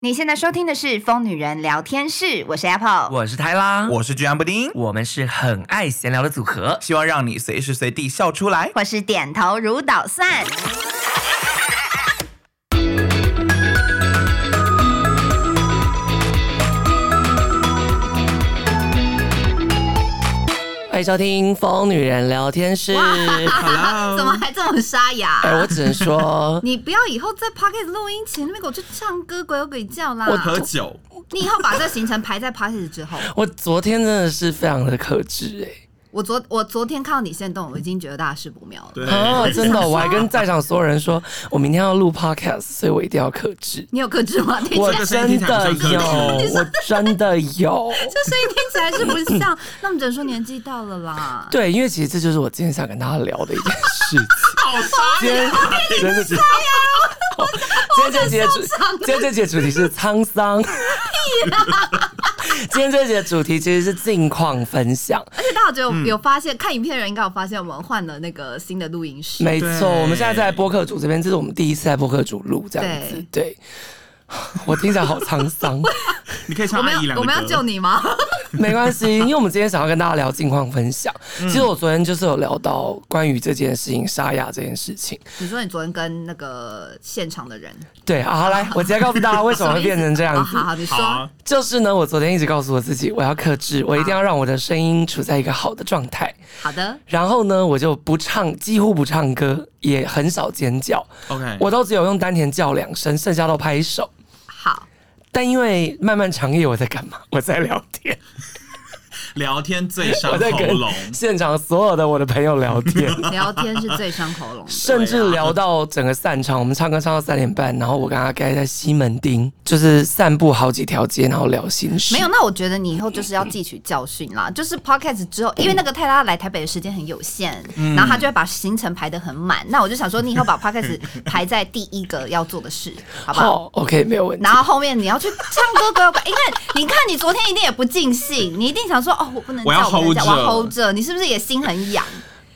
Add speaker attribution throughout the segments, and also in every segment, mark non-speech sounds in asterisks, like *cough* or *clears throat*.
Speaker 1: 你现在收听的是《疯女人聊天室》，我是 Apple。
Speaker 2: 我是泰
Speaker 1: 嗯
Speaker 2: 拉，
Speaker 3: 我是居安布丁，
Speaker 2: 我们是很爱闲聊的组合。
Speaker 3: 希望让你随时随地笑出来。
Speaker 1: 或是点头如捣蒜。
Speaker 2: 欢迎收听《疯女人聊天室》。
Speaker 1: *laughs* 怎么还这么沙哑？，
Speaker 2: *laughs* 哎，我只能说
Speaker 1: 你不要以后在 Pocket 录音前那边给我去唱歌，鬼吼鬼叫啦！
Speaker 3: 喝酒，
Speaker 1: 你以后把这行程排在 Pocket 之后。
Speaker 2: 我昨天真的是非常的克制哎
Speaker 1: 我昨我昨天看到你现动，我已经觉得大事不妙了。
Speaker 2: 哎、啊，真的，我还跟在场所有人说，我明天要录 podcast，所以我一定要克制。
Speaker 1: 你有克制吗？听起
Speaker 2: 我 *laughs*
Speaker 1: 来
Speaker 2: 真的有，我真的有。
Speaker 1: 这声音听起来是不像，那我们只能说年纪到了啦。
Speaker 2: 对，因为其实这就是我今天想跟大家聊的一件事情。今天真的是，今天这节主，今天这节主题是沧桑。今天这节主题其实是近况分享，
Speaker 1: 而且大家觉得有有发现，看影片的人应该有发现，我们换了那个新的录音室。
Speaker 2: 没错，
Speaker 3: 对
Speaker 2: 我们现在在播客组这边，这是我们第一次在播客组录这样子，对。我听起来好沧桑， *laughs*
Speaker 3: 你可以
Speaker 2: 嗯
Speaker 1: 我
Speaker 3: 唱
Speaker 1: 们要我们要救你吗？ *laughs*
Speaker 2: 没关系，因为我们今天想要跟大家聊近况分享。其实我昨天就是有聊到关于这件事情，沙哑这件事情。
Speaker 1: 你说你昨天跟那个现场的人
Speaker 2: 对，啊好
Speaker 1: *laughs*
Speaker 2: 来，我直接告诉大家为什么会变成这样
Speaker 1: 啊，
Speaker 2: 子
Speaker 1: *laughs* 好。好，你说，
Speaker 2: 就是呢，我昨天一直告诉我自己，我要克制，我一定要让我的声音处在一个好的状态。
Speaker 1: 好的，
Speaker 2: 然后呢，我就不唱，几乎不唱歌，也很少尖叫，
Speaker 1: 哎
Speaker 3: ，OK，
Speaker 2: 我都只有用丹田叫两声，剩下都拍手。
Speaker 1: 好，
Speaker 2: 但因为漫漫长夜，我在干嘛？ *laughs* 我在聊天，
Speaker 4: 聊天最伤
Speaker 2: 我在
Speaker 4: 喉
Speaker 2: 跟
Speaker 4: 咙，
Speaker 2: 现场所有的我的朋友聊
Speaker 1: *laughs*
Speaker 2: 天，
Speaker 1: 聊天是最伤喉咙的。
Speaker 2: 甚至聊到整个散场。我们唱歌唱到三点半，然后我跟他该在西门町，就是散步好几条街，然后聊心事。
Speaker 1: 没有，那我觉得你以后就是要汲取教训啦。就是 podcast 之后，因为那个泰拉来台北的时间很有限，
Speaker 4: 嗯
Speaker 1: 然后他就会把行程排得很满。那我就想说，你以后把
Speaker 4: *laughs*
Speaker 1: podcast 排在第一个要做的事，好不好？
Speaker 2: 好，OK，没有问题
Speaker 1: 然。后后面你要去唱歌，歌，因为你看你昨天一定也不尽兴，你一定想说哦，我不能叫，
Speaker 4: 我要
Speaker 1: 不能
Speaker 4: hold
Speaker 1: 叫，我要
Speaker 4: 着
Speaker 1: hold 着，你是不是也心很痒？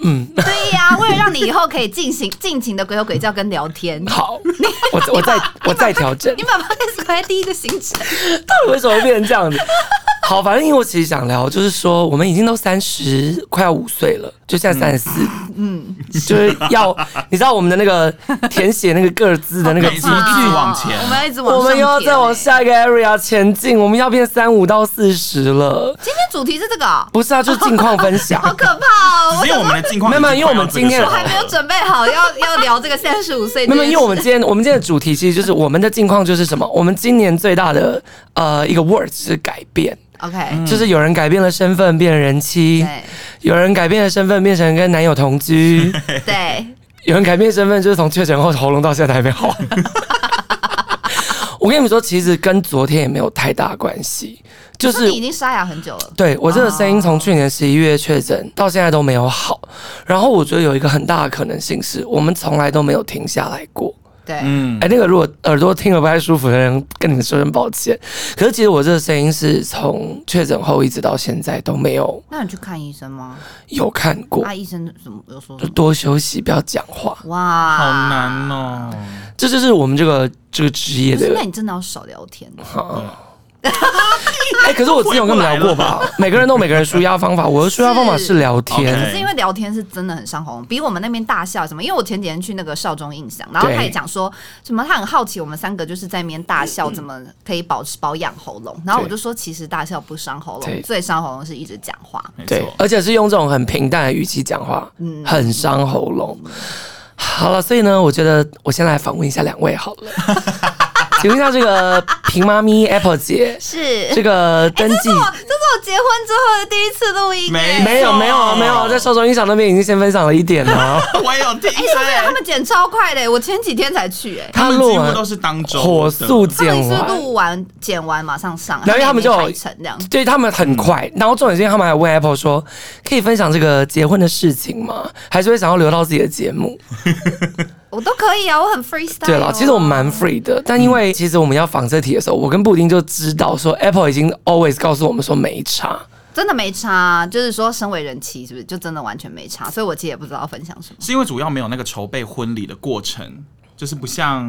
Speaker 1: 嗯，对呀、为了让你以后可以进行尽情的鬼吼鬼叫跟聊天，
Speaker 2: 好，我我再我再调整
Speaker 1: 你。把 podcast 排在第一个行程，
Speaker 2: 到底为什么会变成这样子？ *laughs* 好，反正因为我其实想聊，就是说我们已经都三十，快要五岁了，就现在三十四，嗯，就是要你知道我们的那个填写那个各自的那个
Speaker 4: 好可
Speaker 2: 机
Speaker 4: 怕哦
Speaker 2: 制，
Speaker 4: 一直往前
Speaker 1: 啊我们要一直往上
Speaker 2: 我们又要
Speaker 1: 填
Speaker 2: 再往
Speaker 1: 欸
Speaker 2: 下一个 area 前进，我们要变三五到四十了，
Speaker 1: 今天主题是这个哦、
Speaker 2: 不是啊，就是近况分享。
Speaker 1: 好可怕哦！
Speaker 4: 因为我们的近况
Speaker 2: 没有没有因为我们今天
Speaker 1: 我还没有准备好要要聊这个三十五岁这
Speaker 2: 没
Speaker 1: 件
Speaker 2: 有，
Speaker 1: 事。
Speaker 2: 因为我们今天我们今天的主题其实就是我们的近况就是什么？我们今年最大的呃一个 word 是改变，
Speaker 1: OK，
Speaker 2: 就是有人改变了身份，变成人妻。
Speaker 1: 嗯对
Speaker 2: 有人改变了身份，变成跟男友同
Speaker 1: *laughs*
Speaker 2: 居；
Speaker 1: 对，
Speaker 2: 有人改变身份，就是从确诊后喉咙到现在还没
Speaker 1: *laughs*
Speaker 2: 好。我跟你们说，其实跟昨天也没有太大关系，就
Speaker 1: 就是
Speaker 2: 是
Speaker 1: 你哦已经沙哑很久了。
Speaker 2: 对我这个声音从去年十一月确诊到现在都没有好。然后我觉得有一个很大的可能性是我们从来都没有停下来过。
Speaker 1: 对，
Speaker 2: 哎、那个如果耳朵听了不太舒服的人，跟你们说声抱歉。可是其实我这个声音是从确诊后一直到现在都没有
Speaker 1: 那你去看医生吗？
Speaker 2: 有看过
Speaker 1: 那、，医生怎么有说什
Speaker 2: 就
Speaker 1: 么？
Speaker 2: 多休息，不要讲话。
Speaker 1: 哇，
Speaker 4: 好难。哦。
Speaker 2: 这就是我们这个这个职业
Speaker 1: 不是，那
Speaker 2: 的。啊
Speaker 1: 你真的要少聊天。哦
Speaker 2: 哎、可是我之前有跟你们聊过
Speaker 4: *laughs*
Speaker 2: 吧？每个人都有每个人舒压方法，我的舒压方法是聊
Speaker 1: 可
Speaker 2: 天。
Speaker 1: 是因为聊天是真的很伤喉咙，比我们那边大笑什么。因为我前几天去那个少中印象，然后
Speaker 2: 对
Speaker 1: 他也讲说什么，他很好奇我们三个就是在那边大笑怎
Speaker 2: 嗯
Speaker 1: 么可以保持保养喉咙。然后我就说，其实大笑不伤喉咙，
Speaker 2: 对
Speaker 1: 最伤喉咙是一直讲话。
Speaker 4: 没
Speaker 2: 对
Speaker 4: 错，，
Speaker 2: 而且是用这种很平淡的语气讲话，很伤喉咙。好了，所以呢，我觉得我先来访问一下两位好
Speaker 4: *laughs*
Speaker 2: 了。请问一下，这个平妈咪 Apple 姐，
Speaker 1: 是，
Speaker 2: 这个登记、
Speaker 1: 哇这是我结婚之后的第一次录音欸
Speaker 4: 没
Speaker 1: 耶。
Speaker 2: 没有没有没有，在受众音响那边已经先分享了一点了。
Speaker 4: 我也有听
Speaker 1: 哎，说真的，他
Speaker 4: 哎，
Speaker 1: 们剪超快的耶，欸我前几天才去哎。
Speaker 4: *laughs* 他们
Speaker 2: 录
Speaker 4: 几乎
Speaker 2: 完
Speaker 4: 都是当周的
Speaker 2: 火速
Speaker 1: 他们
Speaker 2: 剪
Speaker 1: 是
Speaker 2: 完，
Speaker 1: 录完剪完马上上，
Speaker 2: 然后因为他们就
Speaker 1: 还没排成这样。
Speaker 2: 对他们很快，然后重点是因为他们还问 Apple 说，可以分享这个结婚的事情吗？还是会想要留到自己的节目？
Speaker 1: 我都可以啊，我很 freestyle。
Speaker 2: 对了，其实我们蛮 free 的，但因为其实我们要仿这题的时候，我跟布丁就知道说 Apple 已经 always 告诉我们说没差，
Speaker 1: 真的没差，啊就是说身为人妻，是不是就真的完全没差？所以我其实也不知道分享什么。
Speaker 4: 是因为主要没有那个筹备婚礼的过程，就是不像，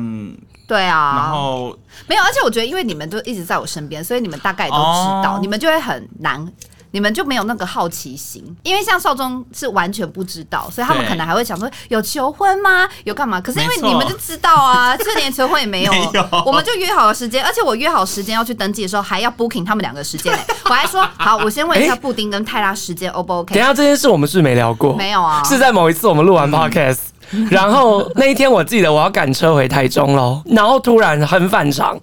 Speaker 1: 对
Speaker 4: 然
Speaker 1: 啊，
Speaker 4: 后
Speaker 1: 没有，而且我觉得因为你们都一直在我身边，所以你们大概也都知道，
Speaker 4: 哦
Speaker 1: 你们就会很难。你们就没有那个好奇心，因为像少中是完全不知道，所以他们
Speaker 4: 对
Speaker 1: 可能还会想说有求婚吗？有干嘛？可是因为
Speaker 4: 没错
Speaker 1: 你们就知道 *laughs* 啊，这连求婚也没有，
Speaker 4: 没有
Speaker 1: 我们就约好了时间，而且我约好时间要去登记的时候，还要 booking 他们两个时 *laughs* 间嘞、我还说好，我先问一下
Speaker 2: 哎
Speaker 1: 布丁跟泰拉时间 O 不 OK？
Speaker 2: 等一下这件事我们是不是没聊过，
Speaker 1: 没有啊
Speaker 2: 是在某一次我们录完
Speaker 1: *laughs*
Speaker 2: podcast，、然后那一天我记得我要赶车回台中喽，然后突然很反常，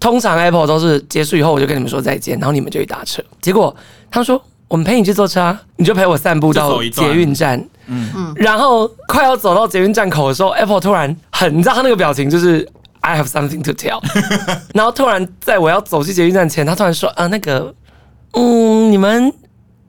Speaker 2: 通常 Apple 都是结束以后我就跟你们说再见，然后你们就去打车，结果他说我们陪你去坐车、啊，你就陪我散步
Speaker 4: 就
Speaker 2: 到
Speaker 4: 走一段
Speaker 2: 捷运站。嗯，然后快要走到捷运站口的时候，Apple 突然很，你知道他那个表情就是 I have something to tell，然 *laughs* 后突然在我要走去捷运站前，他突然说：“啊，那个，嗯，你们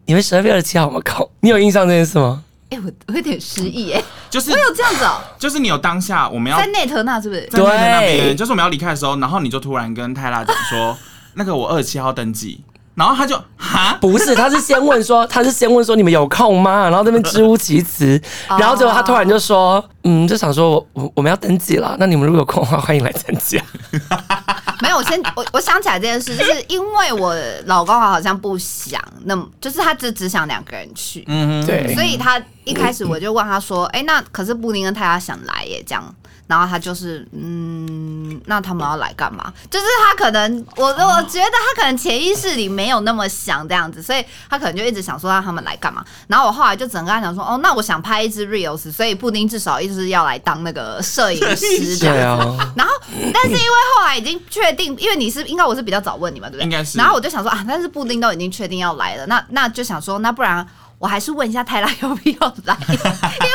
Speaker 2: 你们十二月二十七号有没有空？你有印象这件事吗？
Speaker 1: 哎、我我有点失忆哎、 *laughs*
Speaker 4: 就是
Speaker 1: 我有这样子哦、 *laughs*
Speaker 4: 就是你有当下我们要
Speaker 1: 在内特那是不是？
Speaker 4: 在那个那
Speaker 2: 对
Speaker 4: 边，就是我们要离开的时候，然后你就突然跟泰拉讲 *laughs* 说，那个我二十七号登记，然后他就哈，
Speaker 2: 不是，他是先问说，他是先问说你们有空吗？然后这边支吾其词，然后结果他突然就说，嗯，就想说我我我们要登记了，那你们如果有空的话，欢迎来啊参 *laughs* 加。
Speaker 1: *laughs* 没有，我先我我想起来这件 *laughs* 事，就是因为我老公好像不想那么，就是他只只想两个人去，
Speaker 4: 嗯哼，
Speaker 2: 对
Speaker 1: 所，以他一开始我就问他说：“哎、那可是布丁跟泰拉想来耶，这样。”然后他就是，嗯，那他们要来干嘛？就是他可能，我我觉得他可能潜意识里没有那么想这样子，所以他可能就一直想说让他们来干嘛。然后我后来就整个跟他讲说，哦，那我想拍一支 reels，所以布丁至少一直要来当那个摄影师这样
Speaker 2: 对
Speaker 1: 子。
Speaker 2: 啊，
Speaker 1: 然后，但是因为后来已经确定，因为你是应该我是比较早问你嘛，对不对？
Speaker 4: 应该是
Speaker 1: 然后我就想说啊，但是布丁都已经确定要来了，那那就想说，那不然我还是问一下泰拉有没有
Speaker 2: *laughs*
Speaker 1: 来，因为。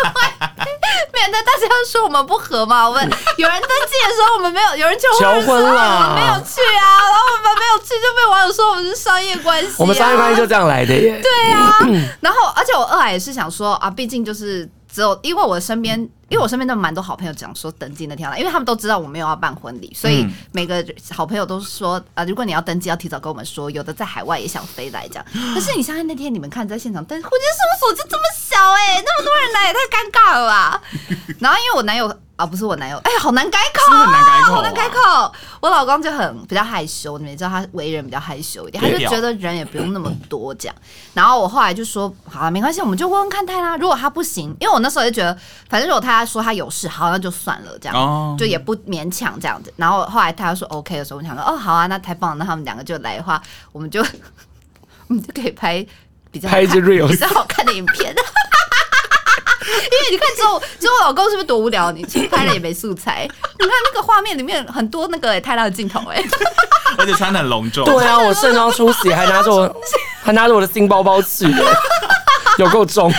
Speaker 1: 免得大家说我们不合嘛？我们有人登记的时候，我们没有；有人求婚的时候，
Speaker 2: 求婚啦
Speaker 1: 我们没有去啊。然后我们没有去，就被网友说我们是商业关系、啊。
Speaker 2: 我们商业关系就这样来的耶。
Speaker 1: 对啊，然后而且我二来也是想说啊，毕竟就是只有因为我身边，因为我身边的蛮多好朋友讲说登记那天要来，因为他们都知道我没有要办婚礼，所以每个好朋友都说啊，如果你要登记，要提早跟我们说。有的在海外也想飞来这样，可是你相信那天你们看在现场登，婚姻事务所就这么小哎、那么多人来也太尴尬了吧？ *laughs* 然后因为我男友啊，不是我男友，哎、好难改口、
Speaker 4: 真的
Speaker 1: 啊，
Speaker 4: 很难改口啊
Speaker 1: 好难改口。我老公就很比较害羞，你们也知道他为人比较害羞一点，他就
Speaker 4: 低调
Speaker 1: 觉得人也不用那么多这样。然后我后来就说，好了，没关系，我们就问问看泰拉，如果他不行，因为我那时候就觉得，反正如果泰拉说他有事，好，那就算了这样。
Speaker 4: 哦，
Speaker 1: 就也不勉强这样子，然后后来他说 OK 的时候，我想说哦好啊，那太棒了，那他们两个就来的话，我们就 *laughs* 我们就可以拍比较好
Speaker 2: 拍
Speaker 1: *laughs*
Speaker 2: 一支
Speaker 1: 看
Speaker 2: reels
Speaker 1: 比较好看的影片。 *laughs* 因为你看之后，之后我老公是不是多无聊？你拍了也没素材。你看那个画面里面很多那个、欸、泰拉的镜头、欸，哎， *laughs*
Speaker 4: 而且穿的很隆重，
Speaker 2: 对啊，我盛装出席，还拿着 *laughs* 我还拿着我的新包包去 *laughs* 耶，有够重。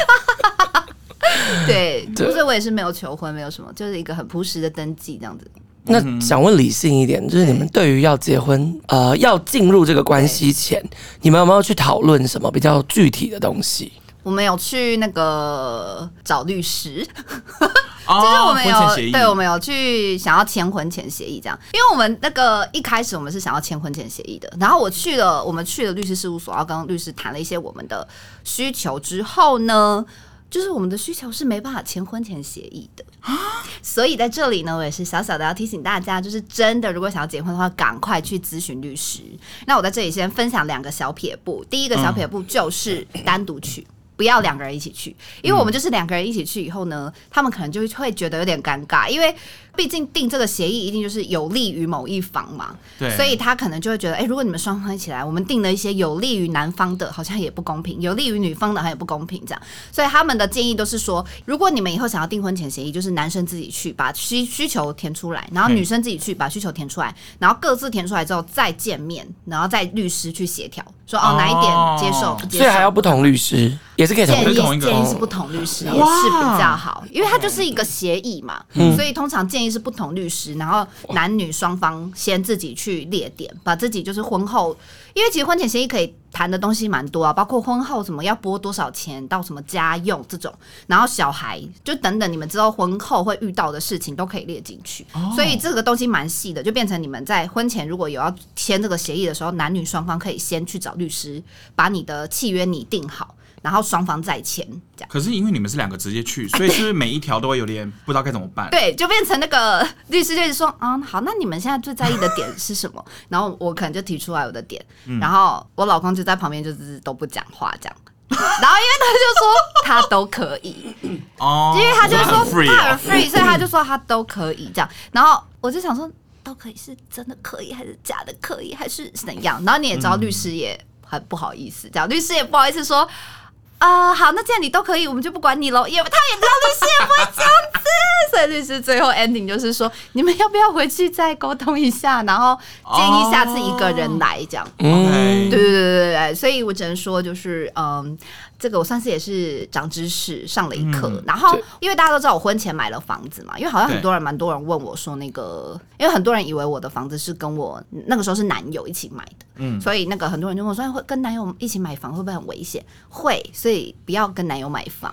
Speaker 1: 对，
Speaker 2: 对
Speaker 1: 所以我也是没有求婚，没有什么，就是一个很朴实的登记这样子。
Speaker 2: 那想问理性一点，就是你们对于要结婚，呃，要进入这个关系前，你们有没有去讨论什么比较具体的东西？
Speaker 1: 我们有去那个找律师，
Speaker 4: 哦，
Speaker 1: 就是我们
Speaker 4: 婚前协
Speaker 1: 有
Speaker 4: 议，
Speaker 1: 对，我们有去想要签婚前协议这样，因为我们那个一开始我们是想要签婚前协议的，然后我去了，我们去了律师事务所，然后跟律师谈了一些我们的需求之后呢。就是我们的需求是没办法签婚前协议的，所以在这里呢，我也是小小的要提醒大家，就是真的如果想要结婚的话，赶快去咨询律师。那我在这里先分享两个小撇步，第一个小撇步就是单独去。不要两个人一起去，因为我们就是两个人一起去以后呢，他们可能就会觉得有点尴尬，因为毕竟定这个协议一定就是有利于某一方嘛，
Speaker 4: 对
Speaker 1: 所以他可能就会觉得，哎、如果你们双方一起来，我们定了一些有利于男方的，好像也不公平；有利于女方的，好像也不公平，这样。所以他们的建议都是说，如果你们以后想要订婚前协议，就是男生自己去把需需求填出来，
Speaker 2: 嗯
Speaker 1: 然后女生自己去把需求填出来，然后各自填出来之后再见面，然后再律师去协调，说哦哪一
Speaker 4: 哦
Speaker 1: 点接受，不接
Speaker 2: 所以
Speaker 1: 受。
Speaker 2: 还要不同律师，也是可以同
Speaker 1: 建
Speaker 2: 律
Speaker 1: 议
Speaker 2: 师。
Speaker 4: 同一个
Speaker 1: 建议是不同律师也
Speaker 4: 哇
Speaker 1: 是比较好，因为它就是一个协议嘛，所以通常建议是不同律师，然后呃男女双方先自己去列点，把自己就是婚后，因为其实婚前协议可以谈的东西蛮多啊，包括婚后什么要拨多少钱到什么家用这种，然后小孩就等等你们之后婚后会遇到的事情都可以列进去，所以这个东西蛮细的，就变成你们在婚前如果有要签这个协议的时候，男女双方可以先去找律师把你的契约拟定好。然后双方在签，这样
Speaker 4: 可是因为你们是两个直接去，
Speaker 1: *laughs*
Speaker 4: 所以是不是每一条都会有点不知道该怎么办？
Speaker 1: 对，就变成那个 *laughs* 律师就是说，嗯，好，那你们现在最在意的点是什么？ *laughs* 然后我可能就提出来我的点，然后我老公就在旁边就是都不讲话这样。 *laughs* 然后因为他就说他都可以，
Speaker 4: 哦，
Speaker 1: 因为他就说
Speaker 4: 很 free
Speaker 1: 他
Speaker 4: 啊
Speaker 1: 很 free，所以他就说他都可以这样。然后我就想说，都可以是真的可以，还是假的可以，还是怎样？然后你也知
Speaker 4: 嗯
Speaker 1: 道，律师也很不好意思，这样律师也不好意思说。呃，好，那既然你都可以，我们就不管你喽。也他也知道律师也不会这样子， *laughs* 所以律师最后 ending 就是说，你们要不要回去再沟通一下，然后建议下次一个人来这样。
Speaker 2: 嗯
Speaker 4: OK
Speaker 1: 嗯对对对对对，所以我只能说就是嗯，这个我算是也是长知识，上了一课。然后
Speaker 2: 对
Speaker 1: 因为大家都知道我婚前买了房子嘛，因为好像很
Speaker 4: 对
Speaker 1: 多人蛮多人问我说那个，因为很多人以为我的房子是跟我那个时候是男友一起买的，嗯，所以那个很多人就问我说，哎会跟男友一起买房会不会很危险？会，所以不要跟男友买房。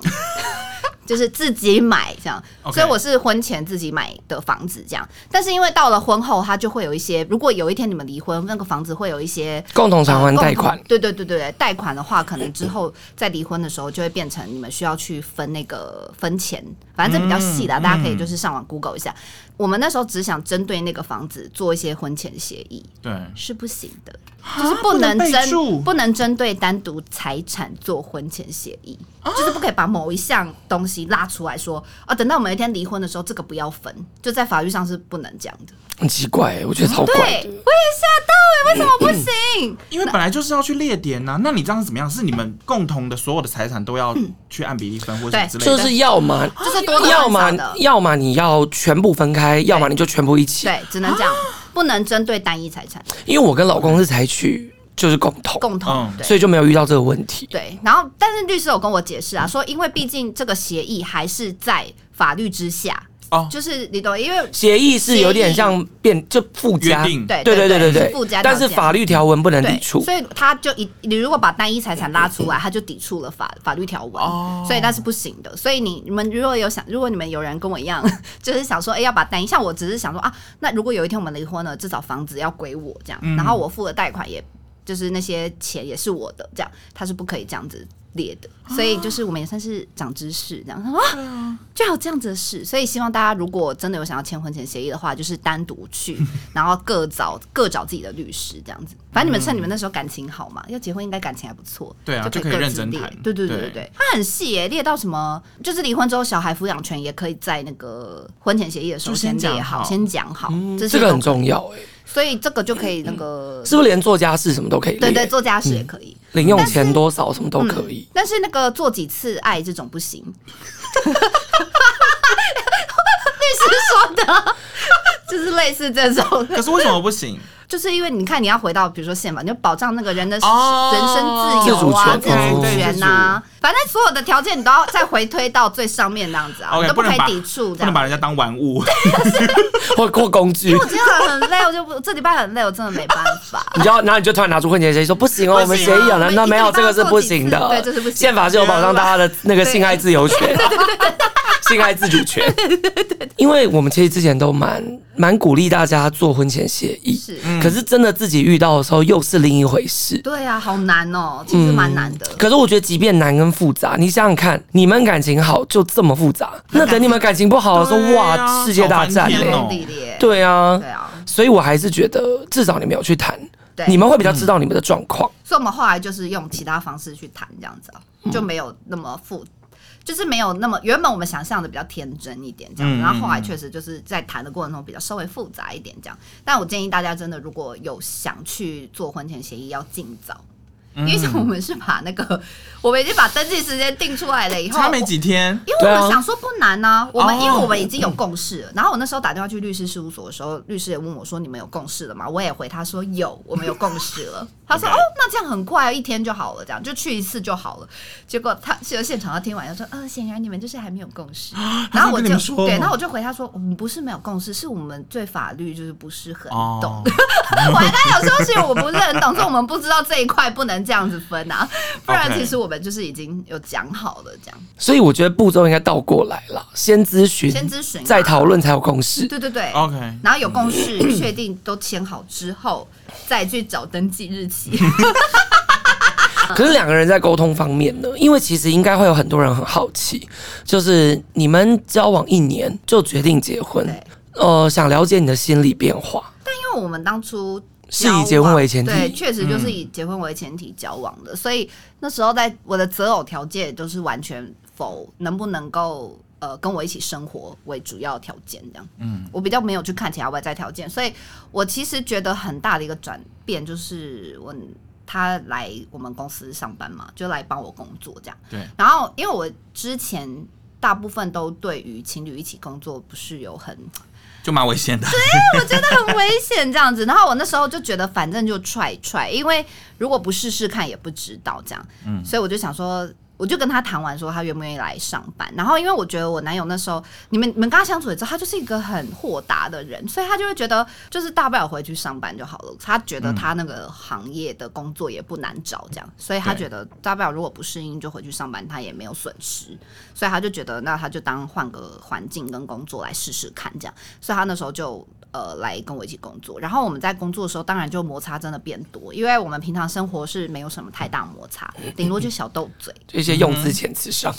Speaker 1: 就是自己买这样
Speaker 4: OK
Speaker 1: 所以我是婚前自己买的房子这样，但是因为到了婚后，它就会有一些，如果有一天你们离婚，那个房子会有一些
Speaker 2: 共同偿还贷款
Speaker 1: 啊共同对对对对对，贷款的话，可能之后在离婚的时候就会变成你们需要去分那个分钱，反正这比较细的啊，大家可以就是上网 Google 一下。我们那时候只想针对那个房子做一些婚前协议，
Speaker 4: 对，
Speaker 1: 是不行的，就是
Speaker 4: 不能
Speaker 1: 能
Speaker 4: 备
Speaker 1: 针
Speaker 4: 注
Speaker 1: 不能针对单独财产做婚前协议，就是不可以把某一项东西拉出来说，哦，等到我们有一天离婚的时候，这个不要分，就在法律上是不能这样的。
Speaker 2: 很奇怪、我觉得超
Speaker 1: 哦对，我也
Speaker 2: 怪的。
Speaker 1: 吓到哎、为什么不行？
Speaker 4: 因为本来就是要去列点呐、啊那你这样是怎么样？是你们共同的所有的财产都要去按比例分，或者
Speaker 1: 对
Speaker 4: 之类
Speaker 2: 就
Speaker 4: 的。
Speaker 2: 是要么
Speaker 1: 就是多多
Speaker 2: 要
Speaker 1: 少
Speaker 2: 么
Speaker 1: 少的。
Speaker 2: 要么你要全部分开，要么你就全部一起。
Speaker 1: 对，只能这
Speaker 4: 啊
Speaker 1: 样，不能针对单一财产
Speaker 2: 因为我跟老公是采取就是共同，
Speaker 1: 共同。
Speaker 4: 嗯
Speaker 1: 对
Speaker 2: 所以就没有遇到这个问题。
Speaker 1: 对，然后但是律师有跟我解释啊，说因为毕竟这个协议还是在法律之下，
Speaker 4: 哦
Speaker 1: 就是你懂，因为
Speaker 2: 协议是有点像变就附加
Speaker 4: 约定
Speaker 1: 对
Speaker 2: 对对
Speaker 1: 对
Speaker 2: 对
Speaker 1: 是
Speaker 2: 对
Speaker 1: 附加条
Speaker 2: 但
Speaker 1: 件
Speaker 2: 是法律条文不能抵
Speaker 1: 对，
Speaker 2: 触
Speaker 1: 所。以他就一你如果把单一财产拉出来，他就抵触了法法律条文，
Speaker 2: 哦
Speaker 1: 所以那是不行的。所以你你们如果有想，如果你们有人跟我一样，就是想说，哎、要把单一，像我只是想说啊，那如果有一天我们离婚了，至少房子要归我这样，
Speaker 2: 嗯
Speaker 1: 然后我付的贷款也就是那些钱也是我的，这样他是不可以这样子。列的，所以就是我们也算是长知识这样。他说啊，就有这样子的事，所以希望大家如果真的有想要签婚前协议的话，就是单独
Speaker 4: *laughs*
Speaker 1: 去，然后各找各找自己的律师这样子。反正你们趁你们那时候感情好嘛，要结婚应该感情还不错，
Speaker 4: 对啊
Speaker 1: 就
Speaker 4: 就可以
Speaker 1: 各
Speaker 4: 认
Speaker 1: 自
Speaker 4: 真
Speaker 1: 列
Speaker 4: 谈
Speaker 1: 对对对
Speaker 4: 对
Speaker 1: 对对，他很细耶、列到什么，就是离婚之后小孩抚养权也可以在那个婚前协议的时候
Speaker 4: 就先
Speaker 1: 列
Speaker 4: 讲
Speaker 1: 好，
Speaker 4: 好嗯
Speaker 1: 先讲好，这些
Speaker 2: 这个
Speaker 1: 都
Speaker 2: 很重要、欸，
Speaker 1: 所以这个就可以那个，
Speaker 4: *clears throat*
Speaker 2: 是不是连做家事什么都可以列？
Speaker 1: 对对，做家事也可以。
Speaker 2: 零用钱多少什么都可以。
Speaker 1: 但是那个做几次爱这种不行。律师说的， *laughs* 就是类似这种，
Speaker 4: 可是为什么不行？
Speaker 1: 就是因为你看你要回到比如说宪法，你就保障那个人的、
Speaker 4: 哦
Speaker 1: 人身自由啊、
Speaker 2: 自主权
Speaker 1: 自主
Speaker 2: 对
Speaker 1: 权呐、反正所有的条件你都要再回推到最上面那样子啊
Speaker 4: OK，
Speaker 1: 你都
Speaker 4: 不
Speaker 1: 可
Speaker 4: 能
Speaker 1: 以
Speaker 4: 把
Speaker 1: 抵触这
Speaker 4: 不能把人
Speaker 1: 样。
Speaker 4: 家当玩物。
Speaker 1: 嗯
Speaker 2: 或或工具，
Speaker 1: 我今天很累，我就不这礼拜很累，我真的没办法。
Speaker 2: 你知道，然后你就突然拿出婚前协议说不行哦，我们协议有
Speaker 1: 我
Speaker 2: 了，
Speaker 1: 们
Speaker 2: 那
Speaker 1: 一
Speaker 2: 没有
Speaker 1: 定要
Speaker 2: 这个是不行的，
Speaker 1: 做几次对这是不行
Speaker 2: 宪法是有保障大家的那个性爱自由权，性爱自主权。因为我们其实之前都蛮蛮鼓励大家做婚前协议，
Speaker 1: 是，
Speaker 2: 可是真的自己遇到的时候又是另一回事。
Speaker 1: 对啊，好难哦，其实蛮难的。
Speaker 2: 可是我觉得，即便难跟复杂，你想想看，你们感情好就这么复杂，那等你们感情不好的时候，
Speaker 4: 对啊
Speaker 2: 哇，世界大战
Speaker 4: 吵
Speaker 2: 嘞、
Speaker 4: 翻天哦
Speaker 1: 地理
Speaker 2: 嗯对啊
Speaker 1: 对，啊，
Speaker 2: 所以我还是觉得，至少你们有去谈，
Speaker 1: 对
Speaker 2: 你们会比较知道你们的状况。
Speaker 1: 所以我们后来就是用其他方式去谈这样子、啊，
Speaker 4: 嗯
Speaker 1: 就没有那么复，就是没有那么原本我们想象的比较天真一点这样子，
Speaker 4: 嗯
Speaker 1: 然后后来确实就是在谈的过程中比较稍微复杂一点这样。但我建议大家真的如果有想去做婚前协议，要尽早。因为像
Speaker 4: 嗯
Speaker 1: 我们是把那个，我们已经把登记时间定出来了以后，
Speaker 4: 差没几天，
Speaker 1: 因为我
Speaker 2: 对
Speaker 1: 们
Speaker 2: 啊
Speaker 1: 想说不难呐、我们、
Speaker 4: 哦
Speaker 1: 因为我们已经有共识了。然后我那时候打电话去律师事务所的时候，律师也问我说：“你们有共识了吗？”我也回他说：“有，我们有共识了。”
Speaker 4: *laughs*
Speaker 1: 他说：“
Speaker 4: OK
Speaker 1: 哦，那这样很快啊，一天就好了，这样就去一次就好了。”结果他其实现场他听完他说：“呃，显然你们就是还没有共识。”然后我
Speaker 4: *gasps* 他这样跟你
Speaker 1: 就
Speaker 4: 们说
Speaker 1: 对，然后我就回他说：“我们不是没有共识，是我们对法律就是不是很
Speaker 4: 哦
Speaker 1: 懂。 *laughs* 我还跟他讲说，是我不是很懂，所以我们不知道这一块不能这样子分啊，不然
Speaker 4: OK
Speaker 1: 其实我们就是已经有讲好了
Speaker 4: *laughs*
Speaker 1: 这样。
Speaker 2: 所以我觉得步骤应该倒过来啦，先咨询，
Speaker 1: 先咨询啊
Speaker 2: 再讨论才有共识。
Speaker 1: 对对对
Speaker 4: OK
Speaker 1: 然后有共识，确定都签好之后，再去找登记日期。
Speaker 2: 可是两个人在沟通方面呢，因为其实应该会有很多人很好奇，就是你们交往一年就决定结婚
Speaker 1: 对，
Speaker 2: 呃，想了解你的心理变化。
Speaker 1: 但因为我们当初
Speaker 2: 是以结婚为前提嗯
Speaker 1: 交往对，确实就是以结婚为前提交往的，所以那时候在我的择偶条件就是完全否能不能够呃跟我一起生活为主要条件这样。嗯，我比较没有去看其他外在条件，所以我其实觉得很大的一个转变就是我他来我们公司上班嘛，就来帮我工作这样。
Speaker 4: 对，
Speaker 1: 然后因为我之前大部分都对于情侣一起工作不是有很
Speaker 4: 就蛮危险的。
Speaker 1: 我觉得很危险这样子。然后我那时候就觉得，反正就踹一踹，因为如果不试试看也不知道这样。所以我就想说。我就跟他谈完说他愿不愿意来上班，然后因为我觉得我男友那时候你们你们跟他相处也知道，他就是一个很豁达的人，所以他就会觉得就是大不了回去上班就好了。他觉得他那个行业的工作也不难找，这样，所以他
Speaker 4: 对
Speaker 1: 觉得大不了如果不适应就回去上班，他也没有损失，所以他就觉得那他就当换个环境跟工作来试试看这样。所以他那时候就呃来跟我一起工作。然后我们在工作的时候，当然就摩擦真的变多，因为我们平常生活是没有什么太大摩擦，顶多就小斗嘴。
Speaker 2: 就一些用
Speaker 1: 嗯
Speaker 2: 字遣词上，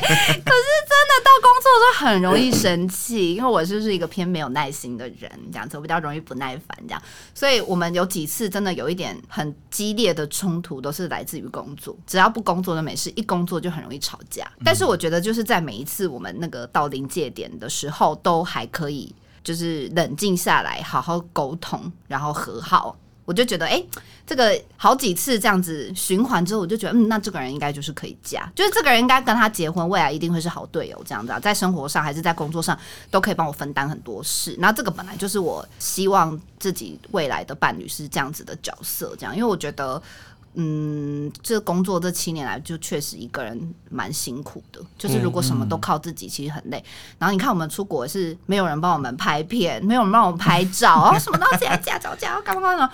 Speaker 1: 到工作的时候很容易生气，因为我就是一个偏没有耐心的人，这样子我比较容易不耐烦这样。所以我们有几次真的有一点很激烈的冲突，都是来自于工作。只要不工作就没事，一工作就很容易吵架。但是我觉得就是在每一次我们那个到临界点的时候，都还可以就是冷静下来，好好沟通，然后和好。我就觉得，哎、这个好几次这样子循环之后，我就觉得，嗯，那这个人应该就是可以嫁，就是这个人应该跟他结婚，未来一定会是好队友，这样子、啊，在生活上还是在工作上都可以帮我分担很多事。那这个本来就是我希望自己未来的伴侣是这样子的角色，这样，因为我觉得。嗯，这工作这七年来就确实一个人蛮辛苦的，就是如果什么都靠自己，其实很累。然后你看我们出国是没有人帮我们拍片，没有人帮我们拍照，然后什么东西啊，驾照驾照干嘛干嘛。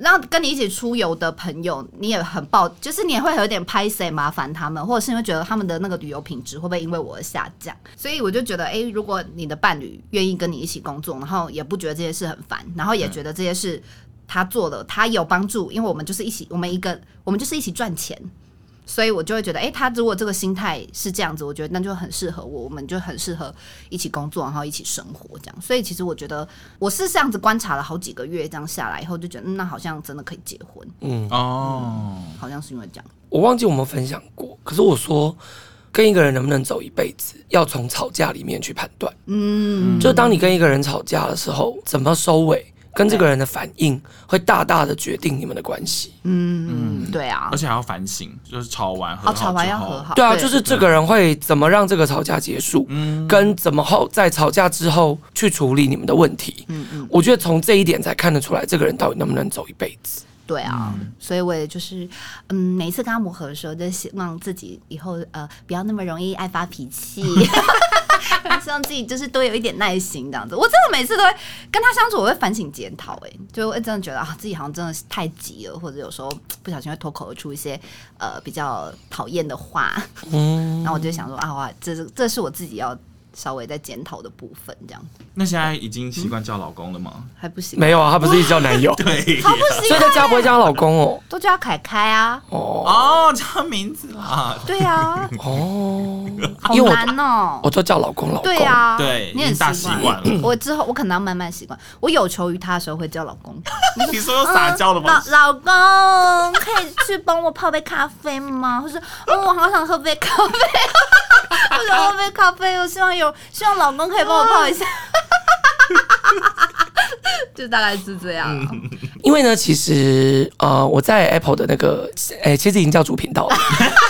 Speaker 1: 然后跟你一起出游的朋友，你也很抱，就是你也会有点拍谁麻烦他们，或者是你会觉得他们的那个旅游品质会不会因为我而下降？所以我就觉得，诶，如果你的伴侣愿意跟你一起工作，然后也不觉得这些事很烦，然后也觉得这些事他做了，他有帮助，因为我们就是一起，我们一个，我们就是一起赚钱。所以我就会觉得，诶，他如果这个心态是这样子，我觉得那就很适合我，我们就很适合一起工作，然后一起生活这样。所以其实我觉得我是这样子观察了好几个月，这样下来以后就觉得，嗯，那好像真的可以结婚，
Speaker 4: 哦，
Speaker 1: 好像是因为这样。
Speaker 2: 嗯我忘记我们分享过。可是我说，跟一个人能不能走一辈子，要从吵架里面去判断。嗯，就当你跟一个人吵架的时候，怎么收尾，跟这个人的反应，会大大的决定你们的关系。
Speaker 1: 嗯，对啊
Speaker 4: 而，且还要反省，就是吵完和
Speaker 1: 哦，
Speaker 4: 好
Speaker 1: 吵完
Speaker 4: 之
Speaker 1: 要
Speaker 4: 后
Speaker 1: 和好，
Speaker 2: 对啊，嗯就是这个人会怎么让这个吵架结束，跟怎么后在吵架之后去处理你们的问题。嗯嗯，我觉得从这一点才看得出来，这个人到底能不能走一辈子。
Speaker 1: 对啊，
Speaker 2: 嗯
Speaker 1: 所以我也就是，嗯，每一次跟他磨合的时候，就希望自己以后呃不要那么容易爱发脾气， *laughs* 希望自己就是多有一点耐心这样子。我真的每次都会跟他相处，我会反省检讨，哎，就会真的觉得啊自己好像真的是太急了，或者有时候不小心会脱口而出一些呃比较讨厌的话， *laughs* 然后我就想说啊，哇，这是这是我自己要稍微在检讨的部分，这样
Speaker 4: 那现在已经习惯叫老公了吗？
Speaker 1: 还不行，
Speaker 2: 没有啊，他不是一直叫 *laughs* 男友，
Speaker 4: 对，
Speaker 1: 超不行
Speaker 2: 所以
Speaker 1: 啊，
Speaker 2: 在家不会叫她老公哦。
Speaker 1: 都叫他凯凯啊，
Speaker 4: 哦，叫名字
Speaker 1: *laughs*
Speaker 4: 啦，
Speaker 1: 对啊，
Speaker 2: 哦，
Speaker 1: 好
Speaker 2: 因为我
Speaker 1: 难哦、
Speaker 2: 我都叫老公老公。
Speaker 1: 对啊，
Speaker 4: 对
Speaker 1: 你
Speaker 4: 已
Speaker 1: 很
Speaker 4: 经大
Speaker 1: 习
Speaker 4: 习惯
Speaker 1: *clears throat*
Speaker 4: 了
Speaker 1: 我之后我可能要慢慢习惯。我有求于他的时候会叫老 *laughs* 公，
Speaker 4: 你说有撒娇的
Speaker 1: 老
Speaker 4: 吗？
Speaker 1: 老公可以去帮我泡杯咖啡吗？或是嗯，我好想喝杯咖啡， *laughs* 我想喝杯咖啡，我希望有希望老公可以帮我泡一下。 *laughs* 就大概是这样，
Speaker 2: 因为呢，其实呃，我在 Apple 的那个，哎、其实已经叫主频 *laughs* 道了，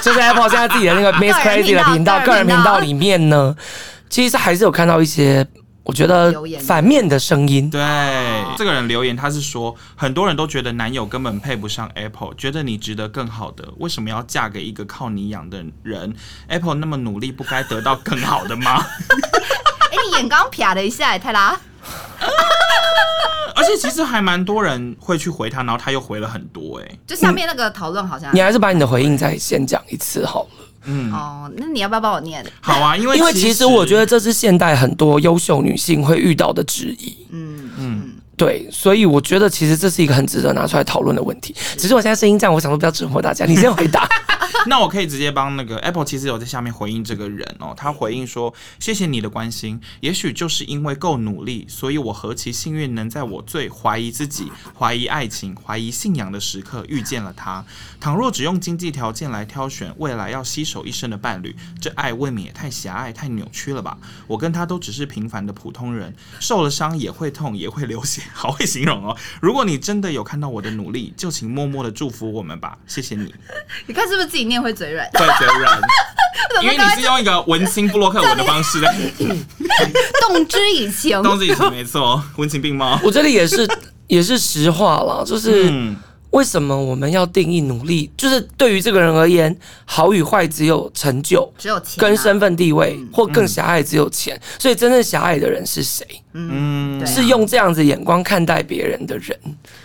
Speaker 2: 就是 Apple 现在自己的 *laughs* 那个 Miss
Speaker 1: 个
Speaker 2: Crazy
Speaker 1: 人频
Speaker 2: 的
Speaker 1: 道
Speaker 2: 频道、
Speaker 1: 个
Speaker 2: 个人
Speaker 1: 人频
Speaker 2: 频
Speaker 1: 道
Speaker 2: 道里面呢，其实还是有看到一些我觉得
Speaker 1: 留言
Speaker 2: 反面的声音。
Speaker 4: 对，这个人留言他是说，很多人都觉得男友根本配不上 Apple，觉得你值得更好的，为什么要嫁给一个靠你养的人？Apple 那么努力，不该得到更好的
Speaker 1: *laughs*
Speaker 4: 吗？
Speaker 1: 哎、你眼刚瞟了一下，泰拉，
Speaker 4: 而且其实还蛮多人会去回他，然后他又回了很多、哎，
Speaker 1: 就下面那个讨论好像
Speaker 2: 你还是把你的回应再先讲一次好了，
Speaker 1: 哦，那你要不要帮我念？
Speaker 4: 好啊，因为
Speaker 2: 因为
Speaker 4: 其
Speaker 2: 其实我觉得这是现代很多优秀女性会遇到的质疑。嗯嗯，对，所以我觉得其实这是一个很值得拿出来讨论的问题。只是我现在声音这样，我想说不要折磨大家，你先回 *laughs* 答。
Speaker 4: *laughs* 那我可以直接帮那个 Apple，其实有在下面回应这个人哦，他回应说：“谢谢你的关心，也许就是因为够努力，所以我何其幸运，能在我最怀疑自己、怀疑爱情、怀疑信仰的时刻遇见了他。倘若只用经济条件来挑选未来要携手一生的伴侣，这爱未免也太狭隘、太扭曲了吧？我跟他都只是平凡的普通人，受了伤也会痛，也会流血，好会形容哦。如果你真的有看到我的努力，就请默默的祝福我们吧，谢谢你。”
Speaker 1: 你看是不是自己念会嘴 *laughs* 软？
Speaker 4: 对嘴软，
Speaker 1: 怎
Speaker 4: 因
Speaker 1: 么
Speaker 4: 为你是用一个文青布洛克文的方式在
Speaker 1: 动之以情？
Speaker 4: 动自己情，没错，文情并茂。
Speaker 2: 我这里也是 *laughs* 也是实话了，就是。
Speaker 4: 嗯，
Speaker 2: 为什么我们要定义努力？就是对于这个人而言，好与坏只有成就、
Speaker 1: 只有钱啊
Speaker 2: 跟身份地位，或更狭隘只有钱。所以真正狭隘的人是谁？
Speaker 4: 嗯
Speaker 1: 对啊
Speaker 2: 是用这样子眼光看待别人的人。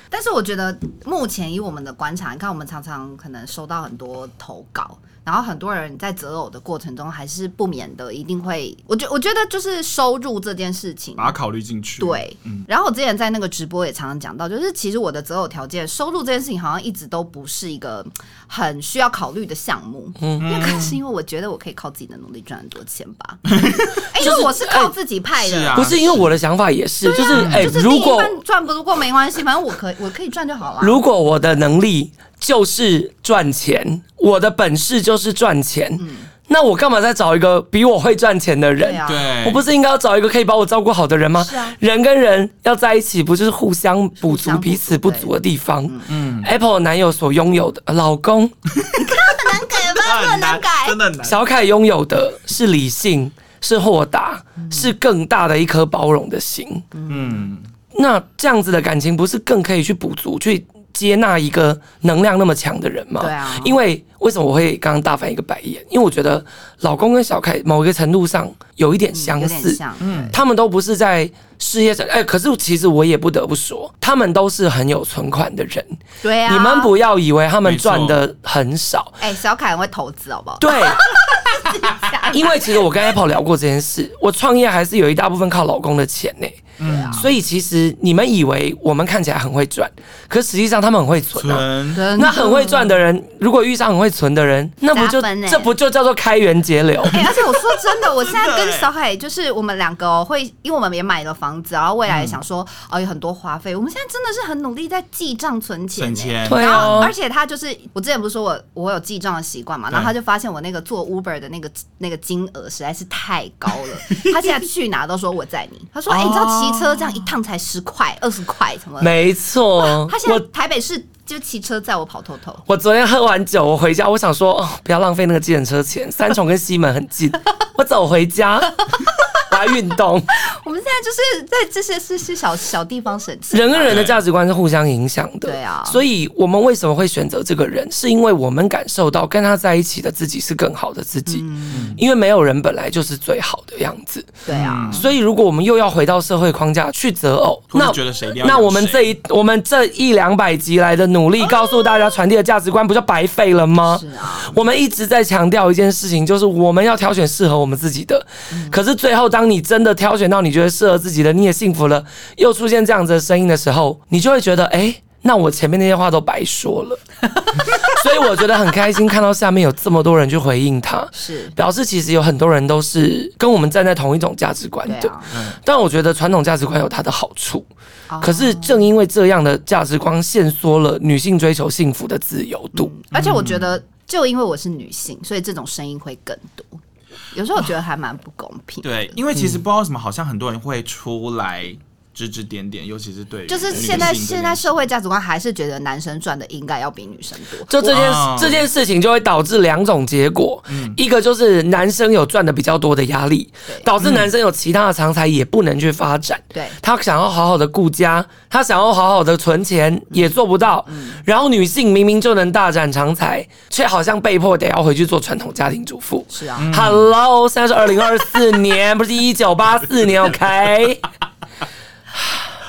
Speaker 1: 但是我觉得目前以我们的观察，你看我们常常可能收到很多投稿，然后很多人在择偶的过程中，还是不免的一定会，我觉我觉得就是收入这件事情
Speaker 2: 啊
Speaker 4: 把。它考虑进去。
Speaker 1: 对，
Speaker 2: 嗯
Speaker 1: 然后我之前在那个直播也常常讲到，就是其实我的择偶条件收入这件事情好像一直都不是一个很需要考虑的项目，嗯，因为可能是因为我觉得我可以靠自己的努力赚很多钱
Speaker 2: *laughs*
Speaker 1: 吧，哎因为我是靠自己派
Speaker 4: 是
Speaker 1: 的，
Speaker 4: 啊，
Speaker 2: 不哎是因为我的想法也是，就是哎、
Speaker 1: 啊就是
Speaker 2: 如
Speaker 1: 另一
Speaker 2: 果
Speaker 1: 半赚不过没关系，反正我可以我可以赚就好了。
Speaker 2: 如果我的能力就是赚钱，我的本事就是赚钱，那我干嘛再找一个比我会赚钱的人？
Speaker 1: 嗯对啊
Speaker 4: 对，
Speaker 2: 我不是应该要找一个可以把我照顾好的人吗？
Speaker 1: 是啊
Speaker 2: 人跟人要在一起，不就是互相补
Speaker 1: 互
Speaker 2: 足
Speaker 1: 相
Speaker 2: 彼此不
Speaker 1: 补足
Speaker 2: 足的地方？嗯，Apple 男友所拥有的呃老公
Speaker 1: 改吧，不能改。
Speaker 4: 真的很难。
Speaker 2: 小凯拥有的是理性，是豁达，
Speaker 1: 嗯
Speaker 2: 是更大的一颗包容的心。
Speaker 4: 嗯，
Speaker 2: 那这样子的感情，不是更可以去补足、去接纳一个能量那么强的人吗？
Speaker 1: 对啊
Speaker 2: 因为为什么我会刚刚大翻一个白眼？因为我觉得老公跟小凯某一个程度上有一点相
Speaker 1: 有
Speaker 2: 似，
Speaker 1: 点像，嗯，
Speaker 2: 他们都不是在事业上，哎、可是其实我也不得不说，他们都是很有存款的人。
Speaker 1: 对啊。
Speaker 2: 你们不要以为他们
Speaker 4: 没错
Speaker 2: 赚的很少，
Speaker 1: 哎、小凯很会投资，好 *laughs*
Speaker 2: *laughs*
Speaker 1: 不好？
Speaker 2: 对，因为其实我跟 Apple 聊过这件事，我创业还是有一大部分靠老公的钱呢、嗯，所以其实你们以为我们看起来很会赚，可实际上他们很会存啊。
Speaker 4: 存
Speaker 1: 真的
Speaker 2: 那很会赚的人，如果遇上很会存的人，那不就
Speaker 1: 加分欸
Speaker 2: 这不就叫做开源节流？
Speaker 1: 哎、而且我说 *laughs* 真的，欸我现在
Speaker 4: 真的
Speaker 1: 跟
Speaker 4: 哎
Speaker 1: 小海就是我们两个哦、会，因为我们也买了房子，然后未
Speaker 2: 嗯
Speaker 1: 来也想说，哦，有很多花费，我们现在真的是很努力在记账存钱、欸
Speaker 4: 省。钱，
Speaker 2: 对
Speaker 1: 然后，
Speaker 2: 哦
Speaker 1: 而，且他就是我之前不是说我我有记账的习惯嘛，然后他就发现我那个做 Uber 的那个那个金额实在是太高了，他现在去哪都说我载你，他说哎、你知道骑车这样一趟才十块二十块什么的，
Speaker 2: 哦没错，
Speaker 1: 他现
Speaker 2: 我
Speaker 1: 在台北市就骑车载我跑透透。
Speaker 2: 我昨天喝完酒，我回家，我想说，哦，不要浪费那个计程车钱，三重跟西门很
Speaker 1: *laughs*
Speaker 2: 近，我走回家，我要运动。
Speaker 1: 我们现在就是在这些是是小小地方省钱，
Speaker 2: 人跟人的价值观是互相影响的，
Speaker 1: 对啊
Speaker 2: 所以我们为什么会选择这个人，是因为我们感受到跟他在一起的自己是更好的自己，
Speaker 1: 嗯
Speaker 2: 因为没有人本来就是最好的样子。
Speaker 1: 对啊，
Speaker 4: 嗯
Speaker 2: 所以，如果我们又要回到社会框架去择偶，
Speaker 4: 或者
Speaker 2: 那
Speaker 4: 觉得谁一定要
Speaker 2: 那
Speaker 4: 有
Speaker 2: 我们
Speaker 4: 谁
Speaker 2: 这一我们这一两百集来的努力，告诉大家传递的价值观，不就白费了吗？
Speaker 1: 哦是啊，
Speaker 2: 我们一直在强调一件事情，就是我们要挑选适合我们自己的。
Speaker 1: 嗯
Speaker 2: 可是最后，当你真的挑选到你觉得适合自己的，你也幸福了，又出现这样子的声音的时候，你就会觉得，哎、那我前面那些话都白说
Speaker 1: *laughs*
Speaker 2: 了。所以我觉得很开心，看到下面有这么多人去回应他，
Speaker 1: 是，
Speaker 2: 表示其实有很多人都是跟我们站在同一种价值观
Speaker 1: 对
Speaker 4: 嗯
Speaker 2: 的。
Speaker 1: 啊，
Speaker 2: 但我觉得传统价值观有它的好处，
Speaker 1: 哦
Speaker 2: 可是正因为这样的价值观限缩了女性追求幸福的自由度。
Speaker 1: 而且我觉得
Speaker 4: 嗯
Speaker 1: 就因为我是女性，所以这种声音会更多。有时候我觉得还蛮不公平，
Speaker 4: 对，因为其
Speaker 2: 嗯
Speaker 4: 实不知道为什么，好像很多人会出来指指点点，尤其是对于
Speaker 1: 就是
Speaker 4: 女性
Speaker 1: 现在
Speaker 4: 这件
Speaker 1: 现在社会价值观还是觉得男生赚的应该要比女生多，
Speaker 2: 就这件
Speaker 4: 哇
Speaker 2: 这件事情就会导致两种结果，一个就是男生有赚的比较多的压力
Speaker 1: 对，嗯
Speaker 2: 导致男生有其他的长才也不能去发展。
Speaker 1: 对
Speaker 2: 他想要好好的顾家，他想要好好的存钱，
Speaker 1: 嗯
Speaker 2: 也做不到。然后女性明明就能大展长才，却好像被迫得要回去做传统家庭主妇。
Speaker 1: 是啊，
Speaker 2: Hello，现在是二零二四年，不是一九八四年，OK？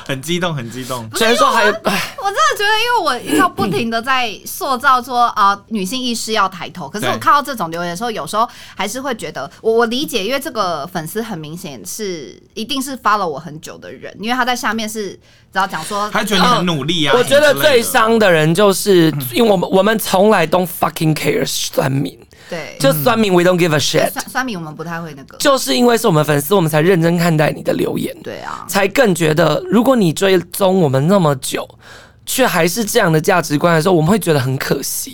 Speaker 4: 很激动，很激动。
Speaker 1: *laughs*
Speaker 2: 虽然说还有，唉
Speaker 1: 啊我真的觉得因为我一直不停的在塑造说啊、呃女性意识要抬头。可是我
Speaker 4: 对
Speaker 1: 看到这种留言的时候，有时候还是会觉得，我我理解，因为这个粉丝很明显是一定是 follow 我很久的人，因为他在下面是只要讲说，
Speaker 4: 他觉得你很努力啊。
Speaker 2: 我觉得最
Speaker 4: 伤。
Speaker 2: 伤的人就是，因为我们我们从来 don't fucking care 酸民，
Speaker 1: 对，
Speaker 2: 就酸民 we don't give a shit，
Speaker 1: 酸酸民我们不太会那个，
Speaker 2: 就是因为是我们粉丝，我们才认真看待你的留言，
Speaker 1: 对啊，
Speaker 2: 才更觉得，如果你追踪我们那么久，却还是这样的价值观的时候，我们会觉得很可惜，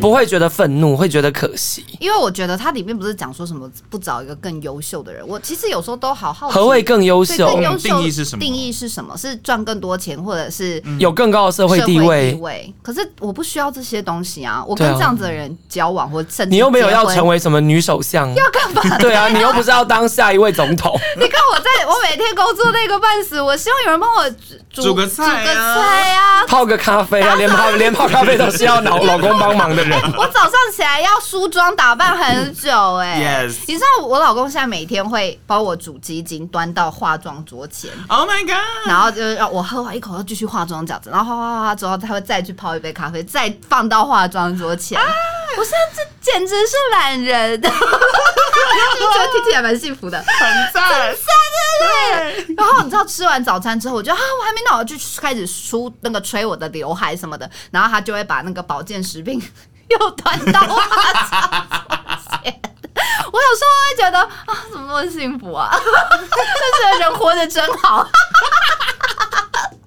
Speaker 2: 不会觉得愤怒，会觉得可惜。
Speaker 1: 因为我觉得它里面不是讲说什么不找一个更优秀的人，我其实有时候都好好奇
Speaker 2: 何谓更优秀
Speaker 1: 对更
Speaker 4: 嗯
Speaker 1: 优秀
Speaker 4: 定义是什么
Speaker 1: 定义是什么？是赚更多钱，或者是
Speaker 2: 有更高的社会
Speaker 1: 社会
Speaker 2: 地位，
Speaker 1: 可是我不需要这些东西啊！我
Speaker 2: 对
Speaker 1: 跟
Speaker 2: 啊
Speaker 1: 这样子的人交往，或甚至
Speaker 2: 你又没有要
Speaker 1: 结婚
Speaker 2: 成。为什么女首相，要干嘛？对啊，你又不是要当下一位总 *laughs* 统。
Speaker 1: 你看我在我每天工作累个半死，我希望有人帮我煮
Speaker 4: 煮个菜啊
Speaker 1: 煮个菜
Speaker 4: *laughs*
Speaker 1: 啊！
Speaker 2: 泡个咖啡啊，连泡连泡咖啡都是要 *laughs* 老老公帮忙的人。
Speaker 1: 我早上起来要梳妆打扮很久
Speaker 4: *laughs*
Speaker 1: 哎、
Speaker 4: Yes
Speaker 1: 你知道我老公现在每天会帮我煮鸡精端到化妆桌前，
Speaker 4: Oh my god！
Speaker 1: 然后就是让我喝完一口，要继续化妆这样子，然后化化化之后，他会再去泡一杯咖啡，再放到化妆桌前。我现在这简直是懒人， *laughs* 就觉得听起来蛮幸福的。
Speaker 4: 很赞，
Speaker 1: 然后你知道吃完早餐之后，我觉得啊，我还没脑，我就开始梳那个吹我的刘海什么的，然后他就会把那个保健食品 *laughs* 又端到我的桌前。 *laughs* 我有时候会觉得啊，怎么那么幸福啊？ *laughs* 但是人活着真好。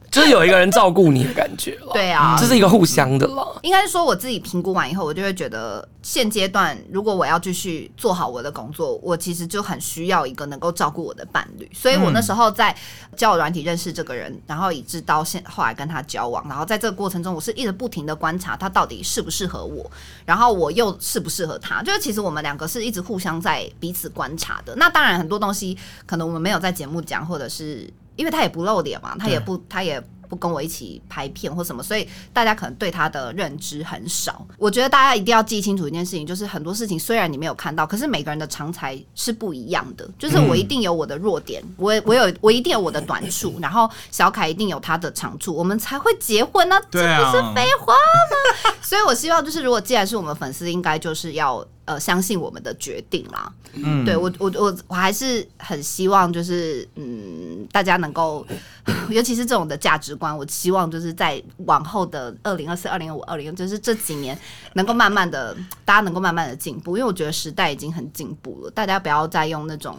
Speaker 2: 就是有一个人照顾你的感觉了。
Speaker 1: 对啊
Speaker 2: 这是一个互相的了。
Speaker 1: 应该是说我自己评估完以后，我就会觉得现阶段如果我要继续做好我的工作，我其实就很需要一个能够照顾我的伴侣。所以我那时候在交友软体认识这个人，然后以致到现后来跟他交往，然后在这个过程中，我是一直不停的观察他到底适不适合我，然后我又适不适合他。就是其实我们两个是一直互相在彼此观察的。那当然很多东西可能我们没有在节目讲，或者是因为他也不露脸嘛，他也不他也不跟我一起拍片或什么，所以大家可能对他的认知很少。我觉得大家一定要记清楚一件事情，就是很多事情虽然你没有看到，可是每个人的长才是不一样的。就是我一定有我的弱点，我我有我一定有我的短处，然后小凯一定有他的长处，我们才会结婚呢、这
Speaker 4: 对啊
Speaker 1: 不是废话吗？所以我希望就是，如果既然是我们粉丝，应该就是要。呃，相信我们的决定啦。嗯，对我，我，我，我还是很希望，就是嗯，大家能够 *laughs* 尤其是这种的价值观，我希望就是在往后的二零二四、二零二五、二零，就是这几年能够慢慢的，大家能够慢慢的进步，因为我觉得时代已经很进步了，大家不要再用那种。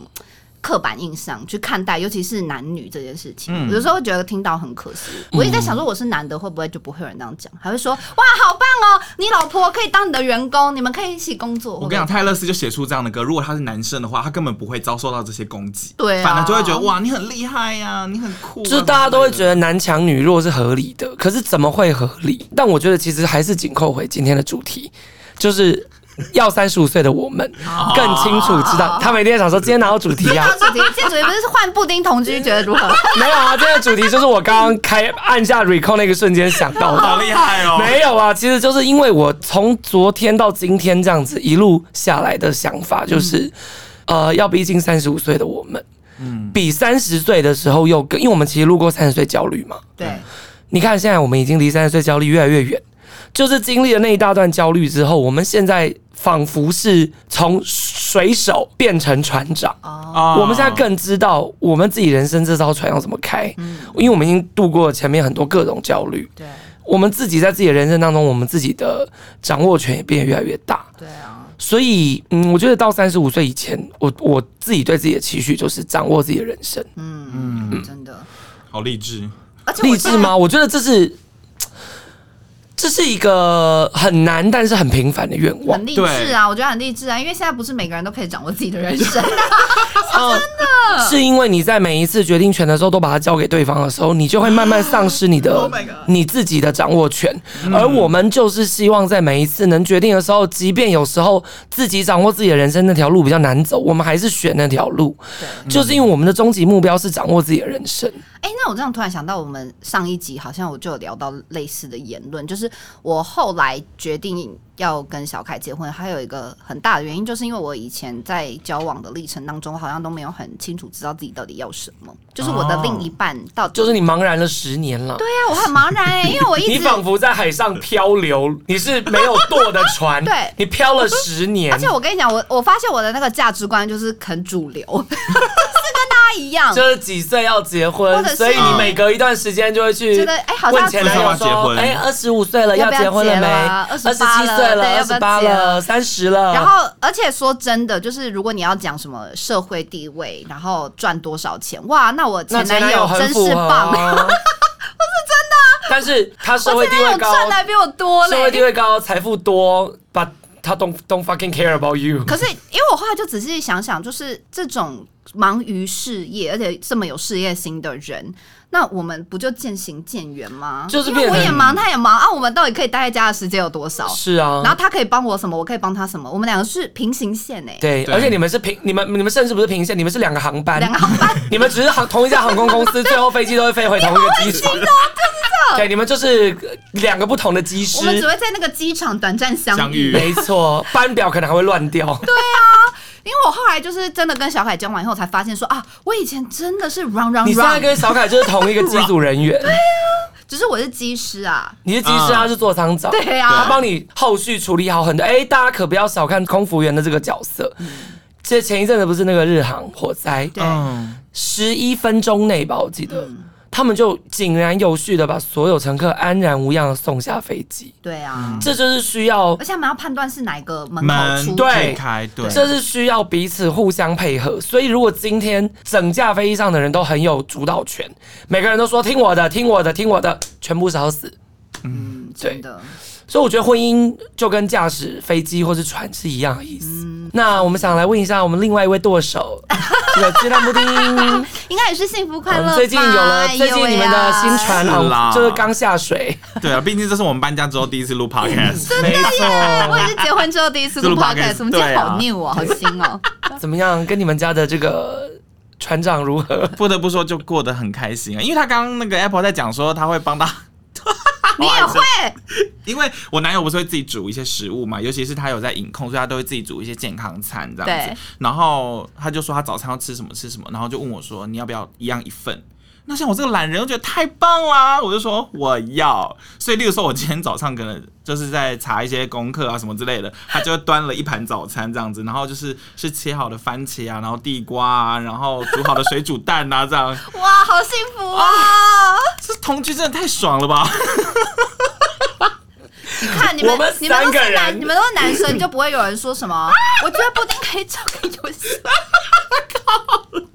Speaker 1: 刻板印象去看待，尤其是男女这件事情，
Speaker 4: 嗯
Speaker 1: 有时候会觉得听到很可惜。我一直在想，说我是男的，会不会就不会有人这样讲，还会说哇，好棒哦，你老婆可以当你的员工，你们可以一起工作。
Speaker 4: 我跟你讲，泰勒斯就写出这样的歌。如果他是男生的话，他根本不会遭受到这些攻击，
Speaker 1: 对啊
Speaker 4: 反而就会觉得哇，你很厉害呀、你很酷、啊，
Speaker 2: 就是大家都会觉
Speaker 4: 得
Speaker 2: 得男强女弱是合理的，可是怎么会合理？但我觉得其实还是紧扣回今天的主题，就是要三十五岁的我们更清楚知道。他每天想说今天哪有主题
Speaker 1: *laughs*
Speaker 2: 啊？
Speaker 1: 这主题，这主题不是换布丁同居，觉得如 *laughs* 何？
Speaker 2: 没有啊，今天的主题就是我刚刚开按下 recall 那个瞬间想到的。
Speaker 4: 好厉害哦。
Speaker 2: 没有啊，其实就是因为我从昨天到今天这样子一路下来的想
Speaker 4: 嗯
Speaker 2: 法，就是、呃，要逼近三十五岁的我们，
Speaker 4: 嗯
Speaker 2: 比三十岁的时候又更，因为我们其实路过三十岁焦虑嘛。
Speaker 1: 对，
Speaker 2: 你看现在我们已经离三十岁焦虑越来越远，就是经历了那一大段焦虑之后，我们现在仿佛是从水手变成船长。
Speaker 4: 啊
Speaker 2: 我们现在更知道我们自己人生这艘船要怎么开，
Speaker 4: 嗯
Speaker 2: 因为我们已经度过前面很多各种焦虑，
Speaker 1: 对，
Speaker 2: 我们自己在自己的人生当中，我们自己的掌握权也变得越来越大。
Speaker 1: 对啊，
Speaker 2: 所以，嗯，我觉得到三十五岁以前，我我自己对自己的期许就是掌握自己的人生，
Speaker 1: 嗯，真的。
Speaker 4: 好励志，
Speaker 1: 而且我
Speaker 2: 励志吗？我觉得这是。这是一个很难，但是很平凡的愿望
Speaker 1: 很。励志啊，我觉得很励志啊，因为现在不是每个人都可以掌握自己的人
Speaker 2: *laughs*
Speaker 1: 生、
Speaker 2: 哦，是因为你在每一次决定权的时候都把它交给对方的时候，你就会慢慢丧失你的、
Speaker 1: Oh
Speaker 2: 你自己的掌握权。
Speaker 1: 嗯
Speaker 2: 而我们就是希望在每一次能决定的时候，即便有时候自己掌握自己的人生那条路比较难走，我们还是选那条路，就是因为我们的终极目标是掌握自己的人生。
Speaker 1: 哎、那我这样突然想到，我们上一集好像我就有聊到类似的言论，就是我后来决定要跟小凯结婚，还有一个很大的原因，就是因为我以前在交往的历程当中，好像都没有很清楚知道自己到底要什么，就是我的另一半到
Speaker 2: 哦
Speaker 1: 底、
Speaker 2: 就是你茫然了十年了。
Speaker 1: 对啊，我很茫然哎、因为我一
Speaker 2: 你
Speaker 1: 直，
Speaker 2: 仿佛在海上漂流，你是没有舵的船，
Speaker 1: *laughs* 对
Speaker 2: 你漂了十年，
Speaker 1: 而且我跟你讲，我我发现我的那个价值观就是很主流， *laughs* 是跟大家一样，
Speaker 2: 就是几岁要结
Speaker 1: 或
Speaker 2: 婚
Speaker 1: 者，是
Speaker 2: 所以你每隔一段时间就会去
Speaker 1: 觉得哎好像
Speaker 2: 问前男友
Speaker 4: 为什么要结
Speaker 2: 说，
Speaker 4: 婚
Speaker 2: 哎，二十五岁了
Speaker 1: 要不要
Speaker 2: 结婚
Speaker 1: 结
Speaker 2: 没？
Speaker 1: 了啊
Speaker 2: 二十
Speaker 1: 28
Speaker 2: 七
Speaker 1: 了
Speaker 2: 岁了，
Speaker 1: 对
Speaker 2: 二
Speaker 1: 要不
Speaker 2: 十
Speaker 1: 要
Speaker 2: 八
Speaker 1: 结了
Speaker 2: 了，三十了，
Speaker 1: 然后，而且说真的，就是如果你要讲什么社会地位，然后赚多少钱，哇，那我
Speaker 2: 那
Speaker 1: 前
Speaker 2: 前
Speaker 1: 男
Speaker 2: 男
Speaker 1: 友
Speaker 2: 友很
Speaker 1: 真
Speaker 2: 符
Speaker 1: 是
Speaker 2: 合啊， *laughs*
Speaker 1: 棒
Speaker 2: 不是，真的。但是他社
Speaker 1: 啊我
Speaker 2: 会地
Speaker 1: 前
Speaker 2: 位
Speaker 1: 男友
Speaker 2: 高，
Speaker 1: 赚的还比我多
Speaker 2: 社会地
Speaker 1: 嘞。
Speaker 2: 位高，财富多，but 他 don't don't fucking care about you。
Speaker 1: 可是，因为我后来就仔细想想，就是这种忙于事业，而且这么有事业心的人，那我们不就渐行渐远吗？
Speaker 2: 就是
Speaker 1: 因为
Speaker 2: 变
Speaker 1: 我
Speaker 2: 成
Speaker 1: 也忙，他也忙啊，我们到底可以待在家的时间有多少？
Speaker 2: 是啊，
Speaker 1: 然后他可以帮我什么，我可以帮他什么，我们两个是平行线哎、
Speaker 2: 对，啊
Speaker 4: 对
Speaker 2: 而且你们是平，你们你们甚至不是平线，你们是两个航班，
Speaker 1: 两个航班
Speaker 2: *laughs* 你们只是航同一家航空公
Speaker 1: *laughs*
Speaker 2: 司，最后飞机都会飞回同一个机场，对，你们就是呃两个不同的机
Speaker 1: 我们只
Speaker 2: 师，
Speaker 1: 会在那个机场短暂
Speaker 4: 相
Speaker 1: 遇
Speaker 4: 遇。
Speaker 2: 没错，班表可能还会乱掉，
Speaker 1: 因为我后来就是真的跟小凯交往以后，才发现说啊，我以前真的是 run run
Speaker 2: 你现在
Speaker 1: run，
Speaker 2: 跟小凯就是同一个机组人
Speaker 1: *laughs*
Speaker 2: 员，
Speaker 1: 只是我是机师啊，
Speaker 2: 你是机师，
Speaker 4: 啊
Speaker 2: 他是座舱长，
Speaker 1: 对
Speaker 2: 他
Speaker 1: 啊，
Speaker 2: 帮你后续处理好很多。哎、大家可不要小看空服员的这个角色。这前一阵子不是那个日航火灾，
Speaker 1: 嗯对，啊嗯
Speaker 4: 嗯，
Speaker 2: 十一分钟内吧，我记得、他们就井然有序的把所有乘客安然无恙的送下飞机，
Speaker 1: 对啊，
Speaker 2: 这就是需要
Speaker 1: 而，且我们要判断是哪一个门口
Speaker 4: 门
Speaker 1: 出，
Speaker 2: 对
Speaker 4: 推开，对，
Speaker 2: 这是需要彼此互相配合。所以如果今天整架飞机上的人都很有主导权，每个人都说听我的，听我的，听我的，全部烧死。
Speaker 1: 嗯，真的，
Speaker 2: 所以我觉得婚姻就跟驾驶飞机或是船是一样的意思。那我们想来问一下我们另外一位舵手，这个鸡蛋布丁，
Speaker 1: 应该也是幸福快
Speaker 2: 我
Speaker 1: 乐
Speaker 2: 们
Speaker 1: 吧。
Speaker 2: 最近有了
Speaker 1: 哎呦
Speaker 2: 最近你们的
Speaker 1: 喂啊
Speaker 2: 新船
Speaker 4: 是啦
Speaker 2: 哦，就是刚下水，
Speaker 4: 对啊，毕竟这是我们搬家之后第一次录 podcast，
Speaker 2: 没
Speaker 1: 我
Speaker 2: 错。
Speaker 1: 也是结婚之后第一次录
Speaker 4: 自录
Speaker 1: podcast，
Speaker 4: podcast，
Speaker 1: 我们今天好
Speaker 2: 啊
Speaker 4: 对
Speaker 1: new 哦，好新
Speaker 2: *laughs*
Speaker 1: 哦。
Speaker 2: 怎么样？跟你们家的这个船长如何？
Speaker 4: 不得不说就过得很开心啊。因为他刚刚那个 Apple 在讲说他会帮他，
Speaker 1: 你也会，
Speaker 4: 因为我男友不是会自己煮一些食物嘛，尤其是他有在饮控，所以他都会自己煮一些健康餐这样
Speaker 1: 对
Speaker 4: 子。然后他就说他早餐要吃什么吃什么，然后就问我说你要不要一样一份。那像我这个懒人，我觉得太棒啦！我就说我要，所以例如说，我今天早上可能就是在查一些功课啊什么之类的，他就端了一盘早餐这样子，然后就是是切好的番茄啊，然后地瓜啊，然后煮好的水煮蛋啊这样，
Speaker 1: 哇，好幸福哦！
Speaker 4: 这同居真的太爽了吧！ *laughs*
Speaker 1: 你看你
Speaker 2: 我
Speaker 1: 们
Speaker 2: 们，
Speaker 1: 你们都
Speaker 2: 三个
Speaker 1: 是
Speaker 2: 人
Speaker 1: 男，你们都是男生，就不会有人说什么。 *laughs* 我觉得布丁可以交给游戏，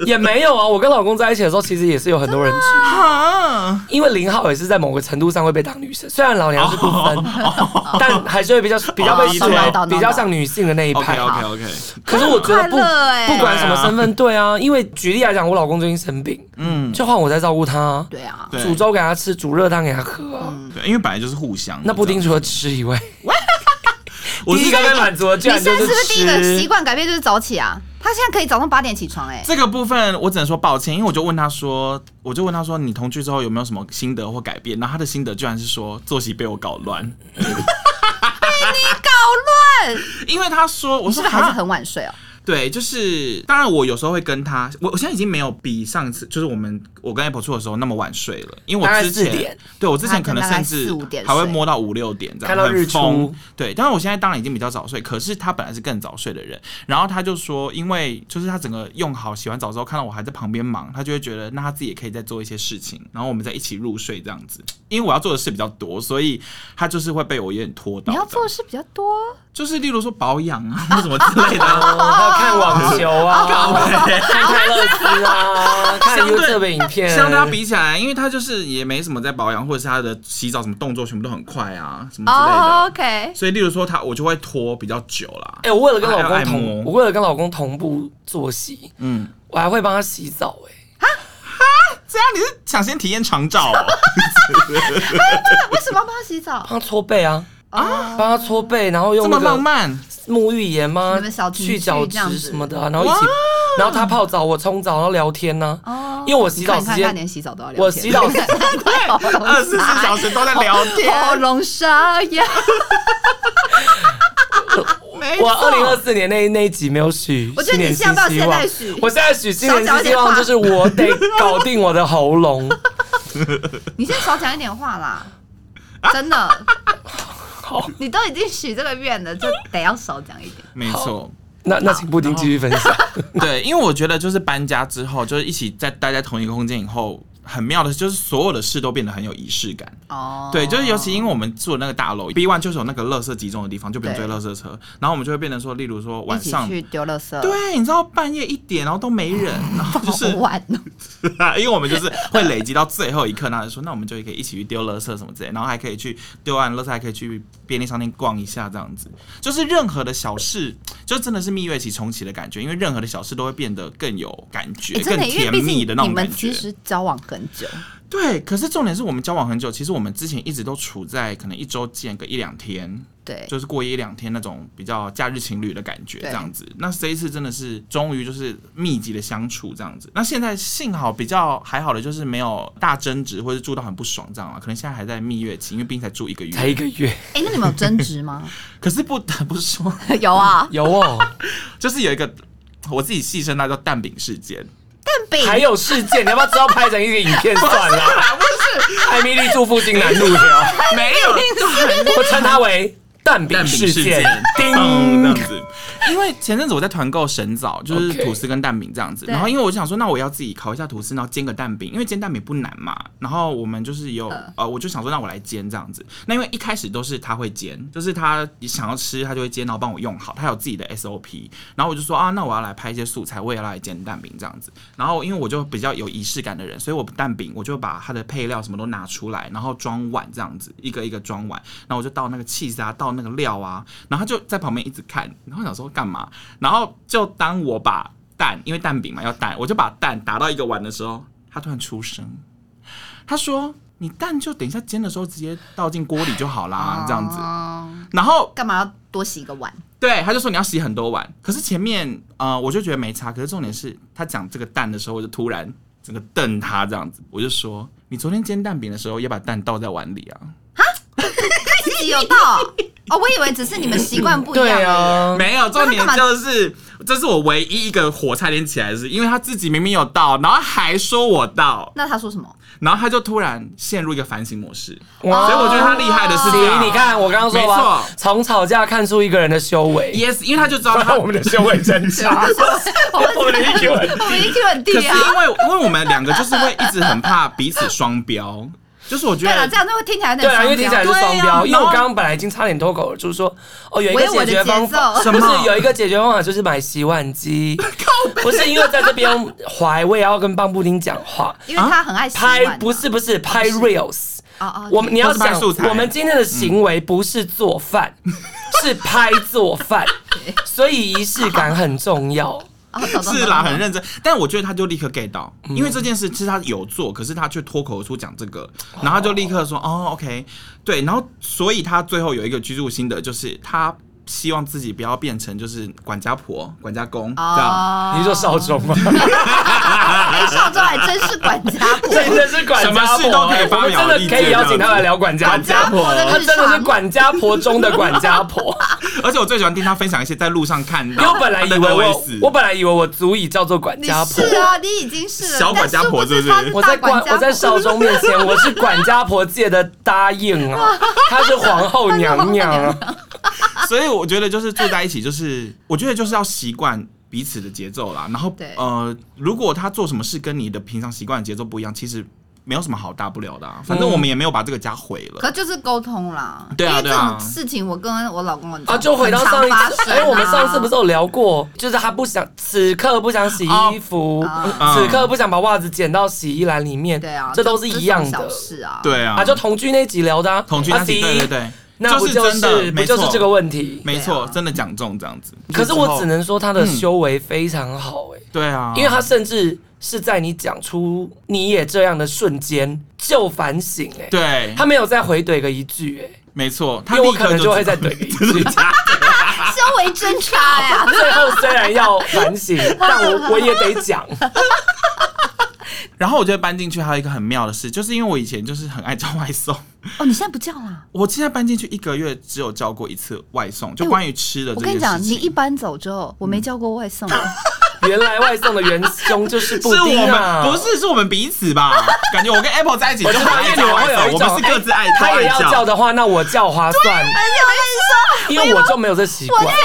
Speaker 2: 也没有啊。我跟老公在一起的时候，其实也是有很多人吃，
Speaker 4: 啊，
Speaker 2: 因为林浩也是在某个程度上会被当女生，虽然老娘是不分，但还是会比较比较被视
Speaker 4: 懂
Speaker 1: 懂
Speaker 2: 为
Speaker 1: 懂
Speaker 2: 比较像女性的那一
Speaker 4: OK
Speaker 2: 派。
Speaker 4: OK OK，
Speaker 2: 可是 *laughs* 我觉得不
Speaker 1: 快乐欸
Speaker 2: 不管什么身份，对啊，因为举例来讲，我老公最近生病，
Speaker 4: 嗯，
Speaker 2: 就换我在照顾他啊，
Speaker 1: *laughs* 对啊，
Speaker 4: 对
Speaker 2: 煮粥给他吃，煮热汤给他喝啊。
Speaker 4: 对，因为本来就是互相。
Speaker 2: 那布丁
Speaker 4: 你
Speaker 2: 除了吃以外，
Speaker 4: 我是
Speaker 2: 第一个被满足的居
Speaker 1: 你
Speaker 2: 然
Speaker 1: 现
Speaker 2: 啊就
Speaker 1: 在是不是第一个习
Speaker 2: 吃。
Speaker 1: 惯改变就是早起啊？他现在可以早上八点起床哎、
Speaker 4: 这个部分，我只能说抱歉，因为我就问他说，我就问他说，你同居之后有没有什么心得或改变？然后他的心得居然是说作息被我搞乱，
Speaker 1: 搞乱！
Speaker 4: 因为他说，我
Speaker 1: 你是
Speaker 4: 说
Speaker 1: 不是还是
Speaker 4: 哈
Speaker 1: 很晚睡哦？
Speaker 4: 对，就是当然我有时候会跟他，我我现在已经没有比上次就是我们我跟 Apple 出的时候那么晚睡了，因为
Speaker 2: 大
Speaker 4: 我
Speaker 2: 概
Speaker 4: 之
Speaker 2: 4
Speaker 4: 前
Speaker 2: 点
Speaker 4: 对我之前
Speaker 1: 他
Speaker 4: 可能
Speaker 1: 大概
Speaker 4: 甚至
Speaker 1: 4 5点
Speaker 4: 还会
Speaker 1: 睡
Speaker 4: 摸到五六点这样，
Speaker 2: 看到日
Speaker 4: 很疯
Speaker 2: 出。
Speaker 4: 对，但是我现在当然已经比较早睡，可是他本来是更早睡的人，然后他就说，因为就是他整个用好洗完澡之后，看到我还在旁边忙，他就会觉得那他自己也可以再做一些事情，然后我们再一起入睡这样子。因为我要做的事比较多，所以他就是会被我有点拖到。
Speaker 1: 你要做的事比较多，
Speaker 4: 就是例如说保养啊， *laughs* 或什么之类的啊。
Speaker 2: 哦还有看网球啊，看泰勒斯啊，看
Speaker 4: 相对
Speaker 2: YouTube 影片，
Speaker 4: 相对他比起来，因为他就是也没什么在保养，或者是他的洗澡什么动作全部都很快啊，什么之类的。
Speaker 1: 哦、o k
Speaker 4: 所以，例如说他，我就会拖比较久啦。
Speaker 2: 哎，我为了跟老
Speaker 4: 还
Speaker 2: 公
Speaker 4: 有按摩
Speaker 2: 同，我为了跟老公同步作息，
Speaker 4: 嗯，
Speaker 2: 我还会帮他洗澡。哎，
Speaker 4: *laughs* 这样你是想先体验长照哦？
Speaker 1: 为什么要帮他洗澡？
Speaker 2: 帮他搓背啊，
Speaker 1: 啊，
Speaker 2: 帮他搓背，然后用
Speaker 4: 这么
Speaker 2: 那个
Speaker 4: 浪漫，
Speaker 2: 沐浴盐吗
Speaker 1: 你们小？情
Speaker 2: 去
Speaker 1: 趣
Speaker 2: 角
Speaker 1: 这样
Speaker 2: 质
Speaker 1: 子
Speaker 2: 什么的、啊，然后一起，然后他泡澡，我冲澡，然后聊天呢、
Speaker 1: *laughs* 哦
Speaker 2: 因为我洗澡时
Speaker 1: 你看你看
Speaker 2: 间
Speaker 1: 他连洗澡都要聊天，
Speaker 2: 我洗
Speaker 1: *laughs*
Speaker 2: 澡
Speaker 4: 二
Speaker 1: 二
Speaker 4: 十四小时都在聊天。
Speaker 1: 喉咙沙哑，没
Speaker 2: 我二零二
Speaker 1: 错，
Speaker 2: 四年那那一集没有许，
Speaker 1: 我觉得你
Speaker 2: 新年新希
Speaker 1: 现在要不
Speaker 2: 望
Speaker 1: 要现在许
Speaker 2: 我现在许新年
Speaker 1: 少讲
Speaker 2: 新
Speaker 1: 一
Speaker 2: 希
Speaker 1: 点
Speaker 2: 望
Speaker 1: 话
Speaker 2: 就是我得搞定我的喉
Speaker 1: *laughs*
Speaker 2: 咙。
Speaker 1: 你先少讲一点话啦，
Speaker 2: 啊 *laughs*
Speaker 1: 真的。你都已经许这个愿了，就得要少讲一点。
Speaker 4: 没错。
Speaker 2: 那那请布丁继续分享。
Speaker 4: 对，因为我觉得就是搬家之后，就是一起在待在同一个空间以后，很妙的就是所有的事都变得很有仪式感。
Speaker 1: 哦，
Speaker 4: 对，就是尤其因为我们住的那个大楼 B one 就是有那个垃圾集中的地方，就不用追
Speaker 1: 对
Speaker 4: 垃圾车，然后我们就会变成说，例如说晚
Speaker 1: 一起
Speaker 4: 上。
Speaker 1: 去丢垃圾，，
Speaker 4: 对，你知道半夜一点，然后都没人，
Speaker 1: *laughs*
Speaker 4: 然后就
Speaker 1: 呃好
Speaker 4: 是，
Speaker 1: 晚哦。
Speaker 4: 因为我们就是 *laughs* 会累积到最后一刻，然后就说那我们就可以一起去丢垃圾什么之类，然后还可以去丢完垃圾，还可以去便利商店逛一下，这样子，就是任何的小事，就真的是蜜月期重启的感觉，因为任何的小事都会变得更有感觉，
Speaker 1: 欸真
Speaker 4: 更
Speaker 1: 的，因为
Speaker 4: 甜
Speaker 1: 毕
Speaker 4: 蜜
Speaker 1: 竟
Speaker 4: 的那
Speaker 1: 你
Speaker 4: 种
Speaker 1: 们
Speaker 4: 感觉
Speaker 1: 其。实交往很久，
Speaker 4: 对，可是重点是我们交往很久，其实我们之前一直都处在可能一周见个一两天，
Speaker 1: 对，
Speaker 4: 就是过一两天那种比较假日情侣的感觉，这
Speaker 1: 对
Speaker 4: 样子。那这一次真的是终于就是密集的相处这样子。那现在幸好比较还好的就是没有大争执或者住到很不爽这样啊，可能现在还在蜜月期，因为毕竟才住一个
Speaker 2: 才一
Speaker 4: 月。
Speaker 2: 个月，
Speaker 1: 哎、那你们有争
Speaker 4: *laughs*
Speaker 1: 执吗？
Speaker 4: 可是不得不说， *laughs*
Speaker 1: 有啊，
Speaker 2: 有哦，
Speaker 4: 就是有一个我自己戏称它叫蛋饼事件。
Speaker 1: 蛋饼
Speaker 2: 还有事件，你要不要知道拍成一个影片算了？
Speaker 1: *laughs*
Speaker 2: 不是，艾米丽住附近南路的，
Speaker 4: 没
Speaker 2: *laughs*
Speaker 4: 有，
Speaker 2: 我称它为蛋饼事件。 *laughs* 哦
Speaker 4: 嗯这
Speaker 2: 叮，
Speaker 4: 样子。 *laughs* 因为前阵子我在团购神枣，就是
Speaker 2: OK
Speaker 4: 吐司跟蛋饼这样子。
Speaker 1: 对
Speaker 4: 然后因为我就想说，那我要自己烤一下吐司，然后煎个蛋饼，因为煎蛋饼不难嘛。然后我们就是有呃，我就想说，那我来煎这样子。那因为一开始都是他会煎，就是他想要吃他就会煎，然后帮我用好，他有自己的 SOP。然后我就说啊，那我要来拍一些素材，我也要来煎蛋饼这样子。然后因为我就比较有仪式感的人，所以我蛋饼我就把它的配料什么都拿出来，然后装碗这样子，一个一个装碗。然后我就倒那个 cheese 啊，倒那个料啊，然后他就在旁边一直看，然后想说干嘛？啊然后就当我把蛋，因为蛋饼嘛要蛋，我啊就把蛋打到一个碗的时候，他突然出声，他说：“你蛋就等一下煎的时候直接倒进锅里就好啦，啊这样子。”
Speaker 1: 子，
Speaker 4: 然后
Speaker 1: 哦干嘛要多洗一个
Speaker 4: *laughs*
Speaker 1: 碗？
Speaker 4: 对，他就说你要洗很多碗，可是前面呃我就觉得没差，可是重点是他讲这个蛋的时候，我就突然整个瞪他这样子，我就说你昨天煎蛋饼的时候也把蛋倒在碗里啊，
Speaker 1: 自己有到哦，我以为只是你们习惯不一样
Speaker 2: 对
Speaker 1: 而已。
Speaker 2: 啊，
Speaker 4: 没有，重点
Speaker 1: 那他干
Speaker 4: 就是这是我唯一一个火差点起来的是，因为他自己明明有到，然后还说我到，
Speaker 1: 那他
Speaker 4: *laughs*
Speaker 1: 说什么？
Speaker 4: 然后他就突然陷入一个反省模式，
Speaker 2: 哇
Speaker 4: 所以我觉得他厉害的是这样。
Speaker 2: 哦你看我刚刚说吧
Speaker 4: 没错，
Speaker 2: 从吵架看出一个人的修为。
Speaker 4: ，yes，因为他就知道他
Speaker 2: 我们的修为真
Speaker 1: 啊
Speaker 2: 差，
Speaker 1: 我们
Speaker 2: *laughs* 我们的 EQ 很
Speaker 1: 我们 EQ 很
Speaker 4: 可
Speaker 1: 低
Speaker 4: 是
Speaker 1: 啊。
Speaker 4: 因为因为我们两个就是会一直很怕彼此双标，就是我觉
Speaker 1: 对了，
Speaker 4: 得
Speaker 1: 这样就会听起来有
Speaker 2: 对
Speaker 1: 点
Speaker 2: 啊，因为听起来是双标。因为我
Speaker 4: 然后
Speaker 2: 刚刚本来已经差点脱口而出说，哦，有一个
Speaker 1: 我有我
Speaker 2: 解
Speaker 1: 的
Speaker 2: 决方法，
Speaker 1: 节
Speaker 4: 奏
Speaker 2: 不
Speaker 4: 什么
Speaker 2: 是有一个解决方法就是买洗碗机。不是因为在这边怀，我也要跟棒布丁讲
Speaker 1: *laughs*
Speaker 2: 话。
Speaker 1: 因为他很爱洗碗
Speaker 2: 拍
Speaker 1: 啊
Speaker 2: 不是不是拍 reels，
Speaker 1: 哦哦，
Speaker 2: 我们你要
Speaker 4: 都是拍
Speaker 2: 想
Speaker 4: 素材
Speaker 2: 我们今天的行为不是做饭，是拍做
Speaker 1: *laughs*
Speaker 2: 饭，所以仪式感很重要。
Speaker 1: 哦懂懂懂
Speaker 4: 是
Speaker 2: *laughs*
Speaker 4: 啦，
Speaker 1: 懂
Speaker 4: 很认真。但我觉得他就立刻 get 到，
Speaker 2: 嗯
Speaker 4: 因为这件事其实他有做，可是他却脱口而出讲这个，然后他就立刻说：“哦，OK，对。”然后所以他最后有一个居住心得，就是他希望自己不要变成就是管家婆、管家公这样。
Speaker 1: 哦，
Speaker 2: 你是说少中吗？
Speaker 1: 哎，少周还真是管
Speaker 4: *laughs*
Speaker 1: 家婆，
Speaker 2: 真的是管家婆，欸
Speaker 4: 什么事都可以发表
Speaker 2: 我们真的可以邀请他来聊管家
Speaker 4: 管家婆
Speaker 2: 他真的是管家婆中的管家
Speaker 4: *laughs*
Speaker 2: 婆。
Speaker 4: 而且我最喜欢听他分享一些在路上看
Speaker 2: 因为
Speaker 4: 到，
Speaker 2: 我本来以为我
Speaker 4: OS，
Speaker 2: 我本来以为我足以叫做管
Speaker 1: 你
Speaker 2: 家婆。
Speaker 1: 是啊，你已经是了
Speaker 4: 小管家婆是不
Speaker 1: 但
Speaker 4: 是
Speaker 1: 她
Speaker 2: 我在
Speaker 1: 大管
Speaker 2: 管
Speaker 1: 家婆
Speaker 2: 我在少中面前，我是管家婆界的答应啊，她是皇后娘娘啊，
Speaker 4: *laughs* 所以我觉得就是住在一起，就是我觉得就是要习惯彼此的节奏啦。然后
Speaker 1: 对
Speaker 4: 呃，如果他做什么事跟你的平常习惯的节奏不一样，其实没有什么好大不了的、
Speaker 2: 嗯
Speaker 4: 啊。反正我们也没有把这个家毁了。
Speaker 1: 可就是沟通啦，
Speaker 4: 对啊
Speaker 1: 因为
Speaker 4: 对
Speaker 1: 这
Speaker 4: 啊
Speaker 1: 种事情我跟我老公很
Speaker 2: 啊就回到上一
Speaker 1: 很常发
Speaker 2: 次，
Speaker 1: 生啊
Speaker 2: 哎，我们上次不是有聊过，就是她不想此刻不想洗衣服
Speaker 1: 哦，
Speaker 4: 哦
Speaker 2: 此刻不想把袜子捡到洗衣篮里面，
Speaker 1: 对啊，
Speaker 2: 这都是
Speaker 1: 这
Speaker 2: 一样
Speaker 1: 这种
Speaker 2: 的
Speaker 1: 小。事啊，，
Speaker 4: 对啊，
Speaker 2: 啊，就同居那集聊的啊，
Speaker 4: 同居
Speaker 2: 啊
Speaker 4: 那集，对对，对，
Speaker 2: 那不
Speaker 4: 是
Speaker 2: 就
Speaker 4: 真
Speaker 2: 是
Speaker 4: 的，
Speaker 2: 不
Speaker 4: 没
Speaker 2: 就是
Speaker 4: 错
Speaker 2: 这个问题？
Speaker 4: 没错，
Speaker 1: 对啊
Speaker 4: 真的讲中这样子。
Speaker 2: 可是我只能说她的
Speaker 4: 嗯
Speaker 2: 修为非常好，哎，
Speaker 4: 对啊，
Speaker 2: 因为他甚至是在你讲出你也这样的瞬间就反省、欸，
Speaker 4: 对
Speaker 2: 他没有再回怼个一句、欸，
Speaker 4: 没错，
Speaker 2: 哎，
Speaker 4: 他
Speaker 2: 因为我
Speaker 4: 立刻
Speaker 2: 可能就会
Speaker 4: 知
Speaker 2: 再怼个
Speaker 4: *laughs*
Speaker 2: 一句。
Speaker 4: 啊
Speaker 1: 修为真差呀、
Speaker 2: 最后虽然要反省，但我我也得讲，
Speaker 4: 然后我觉得搬进去还有一个很妙的事，就是因为我以前就是很爱叫外送，
Speaker 1: 哦，你现在不叫啦？
Speaker 4: 我现在搬进去一个月，只有叫过一次外送，就
Speaker 1: 哎我
Speaker 4: 关于吃的
Speaker 1: 我
Speaker 4: 这
Speaker 1: 跟
Speaker 4: 件
Speaker 1: 你讲，
Speaker 4: 事
Speaker 1: 你
Speaker 4: 情。嗯
Speaker 1: 一搬走之后，我没叫过外
Speaker 2: 啊
Speaker 1: *laughs* 送了。
Speaker 2: 原来外送的元凶就是布
Speaker 4: 是
Speaker 2: 丁
Speaker 4: 我
Speaker 2: 啊，
Speaker 4: 们不。是是我们彼此
Speaker 1: *laughs*
Speaker 4: 吧？感觉我跟 Apple 在一起就
Speaker 2: 我知
Speaker 4: 很
Speaker 2: 道，因
Speaker 4: 爱
Speaker 2: 为你们
Speaker 4: 叫
Speaker 2: 会
Speaker 4: 外
Speaker 2: 有一
Speaker 4: 送，我
Speaker 2: 种
Speaker 4: 们是各自爱
Speaker 2: 他
Speaker 4: 都
Speaker 2: 也
Speaker 4: 爱
Speaker 2: 要叫的话，那我叫划算，
Speaker 1: 而且我跟你说，
Speaker 2: 因为我就没有这习
Speaker 1: 我
Speaker 2: 惯
Speaker 1: 前。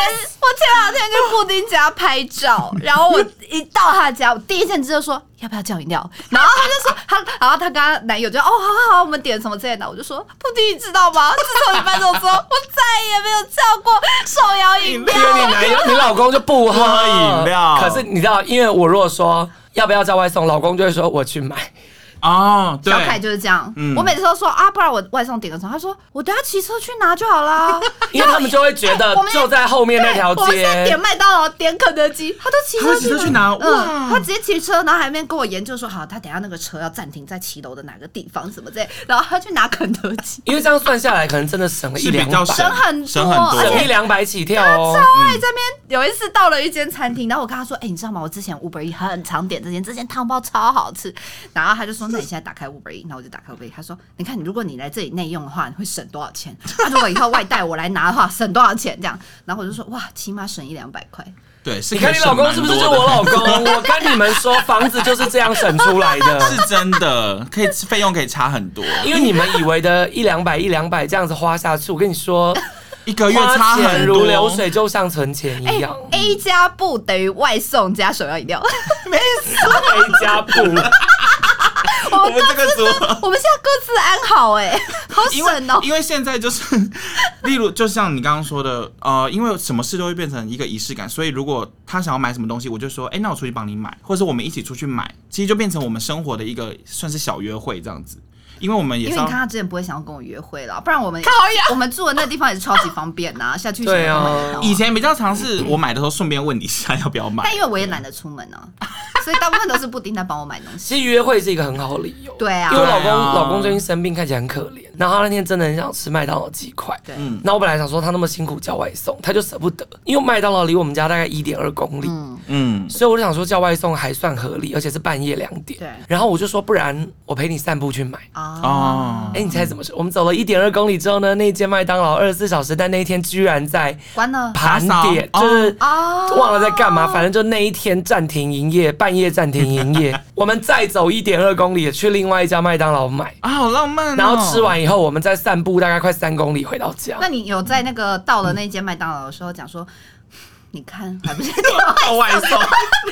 Speaker 1: 我前两天去布丁家拍照，然后我一到他家，我第一件事就说要不要叫饮料，然后他就说他，然后他跟他男友就哦好好好，我们点什么之类的，我就说布丁你知道吗？自从你搬走之后，我再也没有叫过手摇饮料
Speaker 2: 因。为你男友、你老公就不喝
Speaker 4: 喝饮料
Speaker 2: 可是你知道，因为我如果说要不要叫外送，老公就会说我去买。
Speaker 4: 哦，对
Speaker 1: 小，凯就是这样，
Speaker 4: 嗯
Speaker 1: 我每次都说啊，不然我外送点个什么，他说我等下骑车去拿就好啦。
Speaker 2: 因为他们就会觉得
Speaker 1: 哎我们
Speaker 2: 就在后面那条
Speaker 1: 对我们现在
Speaker 2: 街
Speaker 1: 点，麦当劳、点肯德基，他都骑
Speaker 4: 他
Speaker 1: 车
Speaker 4: 会骑车去拿哇
Speaker 1: 嗯，他直接骑车，然后还没跟我研究说，好，他等一下那个车要暂停在骑楼的哪个地方，什么之类， *laughs* 然后他去拿肯德基，
Speaker 2: 因为这样算下来，可能真的省了一
Speaker 4: 是比
Speaker 2: 两
Speaker 4: 较
Speaker 2: 百，
Speaker 4: 省
Speaker 1: 省很
Speaker 4: 省
Speaker 1: 多
Speaker 4: 很多，
Speaker 1: 而且
Speaker 2: 省一两百起跳哦。
Speaker 4: 嗯
Speaker 1: 后来这哎边有一次到了一间餐厅，然后我跟他说：“哎、你知道吗？我之前 Uber E 很常点这间，这间汤包超好吃。”然后他就说：“那你现在打开 Uber E。”然后我就打开 Uber E，他说：“你看，如果你来这里内用的话，你会省多少钱？ *laughs* 那、如果以后外带我来拿的话，省多少钱？”这样，然后我就说：“哇，起码省一两百块。
Speaker 4: 对，是
Speaker 2: 你看你老公是不是就是我老公？我跟你们说，房子就是这样省出来
Speaker 1: *laughs*
Speaker 2: 的。
Speaker 4: 是真的，可以费用可以差很多，
Speaker 2: 因为你们以为的一两百一两百这样子花下去，我跟你
Speaker 4: *laughs*
Speaker 2: 说，
Speaker 4: 一个月差
Speaker 2: 花钱
Speaker 4: 很多，
Speaker 2: 如流，水，就像存钱一样。
Speaker 4: 嗯
Speaker 1: A 加不等于外送加手摇饮料。 *laughs*
Speaker 2: *laughs*
Speaker 1: 哎
Speaker 2: 回哎家不？
Speaker 1: 我
Speaker 4: 我
Speaker 1: 们
Speaker 4: 们这个组。
Speaker 1: 我们现在各自安好哎、好
Speaker 4: *laughs* 因为
Speaker 1: 省哦、
Speaker 4: 因为现在就是， *laughs* 例如就像你刚刚说的，呃，因为什么事都会变成一个仪式感，所以如果他想要买什么东西，我就说，哎、那我出去帮你买，或者是我们一起出去买，其实就变成我们生活的一个算是小约会这样子，因为我们也
Speaker 1: 因
Speaker 4: 是
Speaker 1: 为
Speaker 4: 要
Speaker 1: 你看他之前不会想要跟我约会了，不然我们我们住的那地方也是超级方便呐、下去什么
Speaker 2: 对啊
Speaker 1: 都买得到
Speaker 4: 以前比较常是我买的时候顺便问你一下 *laughs* 要不要买
Speaker 1: 但，因为我也懒得出门啊，所以大部分都是布丁在帮我买东
Speaker 2: *laughs*
Speaker 1: 西。
Speaker 2: 其实约会是一个很好的理由。
Speaker 1: 对啊
Speaker 2: 因为我老公
Speaker 4: 对啊
Speaker 2: 老公最近生病，看起来很可怜。然后他那天真的很想吃麦当劳鸡块。
Speaker 1: 对
Speaker 4: 嗯
Speaker 2: 那我本来想说他那么辛苦叫外送，他就舍不得，因为麦当劳离我们家大概一点二公里，
Speaker 1: 嗯，
Speaker 4: 嗯，
Speaker 2: 所以我就想说叫外送还算合理，而且是半夜两点。
Speaker 1: 对
Speaker 2: 然后我就说，不然我陪你散步去买。
Speaker 1: 啊，
Speaker 4: 哦
Speaker 2: 哎、你猜怎么说？我们走了一点二公里之后呢，那间麦当劳二十四小时，但那一天居然在
Speaker 1: 关了
Speaker 2: 盘
Speaker 4: 打扫
Speaker 2: 点，
Speaker 4: 哦
Speaker 2: 就是
Speaker 1: 啊，
Speaker 2: 忘了在干嘛，反正就那一天暂停营业，半夜暂停营
Speaker 1: *laughs*
Speaker 2: 业。我们再走一点二公里去另外一家麦当劳买，
Speaker 4: 啊，好浪漫、哦，
Speaker 2: 然后吃完以后，我们再散步大概快三公里回到家
Speaker 1: 那。你有在那个到了那间麦当劳的时候讲说，你看还 *laughs* 不是
Speaker 2: *laughs*
Speaker 4: 到外送，
Speaker 1: 有吗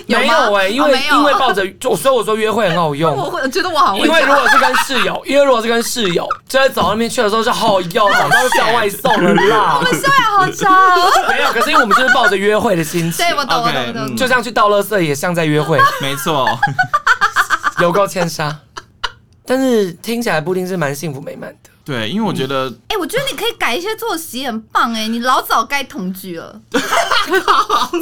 Speaker 2: 没有哎、因为、
Speaker 1: 哦没有
Speaker 2: 因为抱着，就所以我说约会很好用。
Speaker 1: 我会我 *laughs* 觉得我好会
Speaker 2: 因为
Speaker 1: 讲
Speaker 2: 如果是跟室友，因为如果是跟室友，就在走到那边去的时候就好用，早上叫外送了啦
Speaker 1: *laughs* 我。们修养好
Speaker 2: *laughs*
Speaker 1: 差哦。
Speaker 2: 没有，可是因为我们就是抱着约会的心情
Speaker 1: 对，，我懂，我懂，我
Speaker 4: OK，
Speaker 1: 懂。
Speaker 2: *laughs*
Speaker 4: 嗯
Speaker 2: 就像去倒垃圾也像在约会，
Speaker 4: *laughs* 没错，
Speaker 2: 有够千杀。 *laughs* 但是听起来布丁是蛮幸福美满的。
Speaker 4: 对，因为我觉得
Speaker 1: 哎、我觉得你可以改一些作息，很棒哎、你老早该同居
Speaker 2: *laughs*
Speaker 1: 了，怎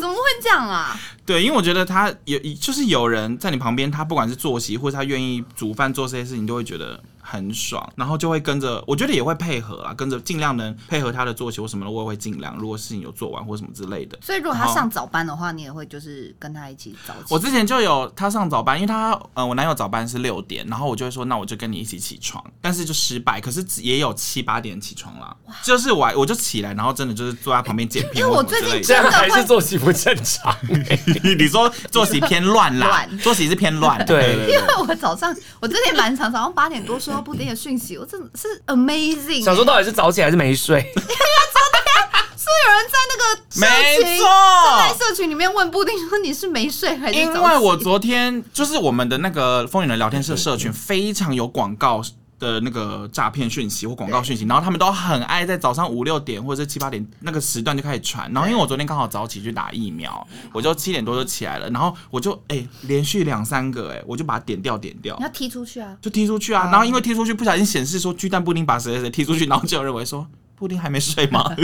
Speaker 1: 么会这样啊？
Speaker 4: 对，因为我觉得他有，就是有人在你旁边，他不管是作息，或者他愿意煮饭做这些事情，都会觉得很爽，然后就会跟着，我觉得也会配合啊，跟着尽量能配合他的作息或什么的，我也会尽量。如果事情有做完或什么之类的，
Speaker 1: 所以如果他上早班的话，你也会就是跟他一起早起。
Speaker 4: 我之前就有他上早班，因为他呃我男友早班是六点，然后我就会说那我就跟你一起起床，但是就失败，可是也有七八点起床啦，就是我我就起来，然后真的就是坐在旁边剪片
Speaker 1: 因为我
Speaker 4: 或什么
Speaker 1: 最
Speaker 4: 之
Speaker 1: 近
Speaker 4: 类的，
Speaker 1: 真的会
Speaker 2: 作息不正常。
Speaker 4: 你 *laughs* 你说作息偏乱啦，
Speaker 1: 乱
Speaker 4: 作息是偏乱，
Speaker 2: 对
Speaker 1: *laughs* 因为我早上我之前蛮常早上八点多收到布丁的讯息，我真的是 amazing、
Speaker 2: 想说到底是早起还是没
Speaker 1: *laughs*
Speaker 2: 睡？
Speaker 1: 是有人在那个社群，
Speaker 4: 没错
Speaker 1: 是在社群里面问布丁说你是没睡还是
Speaker 4: 因
Speaker 1: 早起？
Speaker 4: 为我昨天就是我们的那个风云人聊天室社群非常有广告的那个诈骗讯息或广告讯息，然后他们都很爱在早上五六点或者是七八点那个时段就开始传。然后因为我昨天刚好早起去打疫苗，我就七点多就起来了，然后我就哎、连续两三个哎、我就把它点掉点掉
Speaker 1: 你。要踢出去啊！
Speaker 4: 就踢出去啊，然后因为踢出去不小心显示说巨蛋布丁把谁谁谁踢出去，然后就有人回说布丁还没睡吗？ *laughs*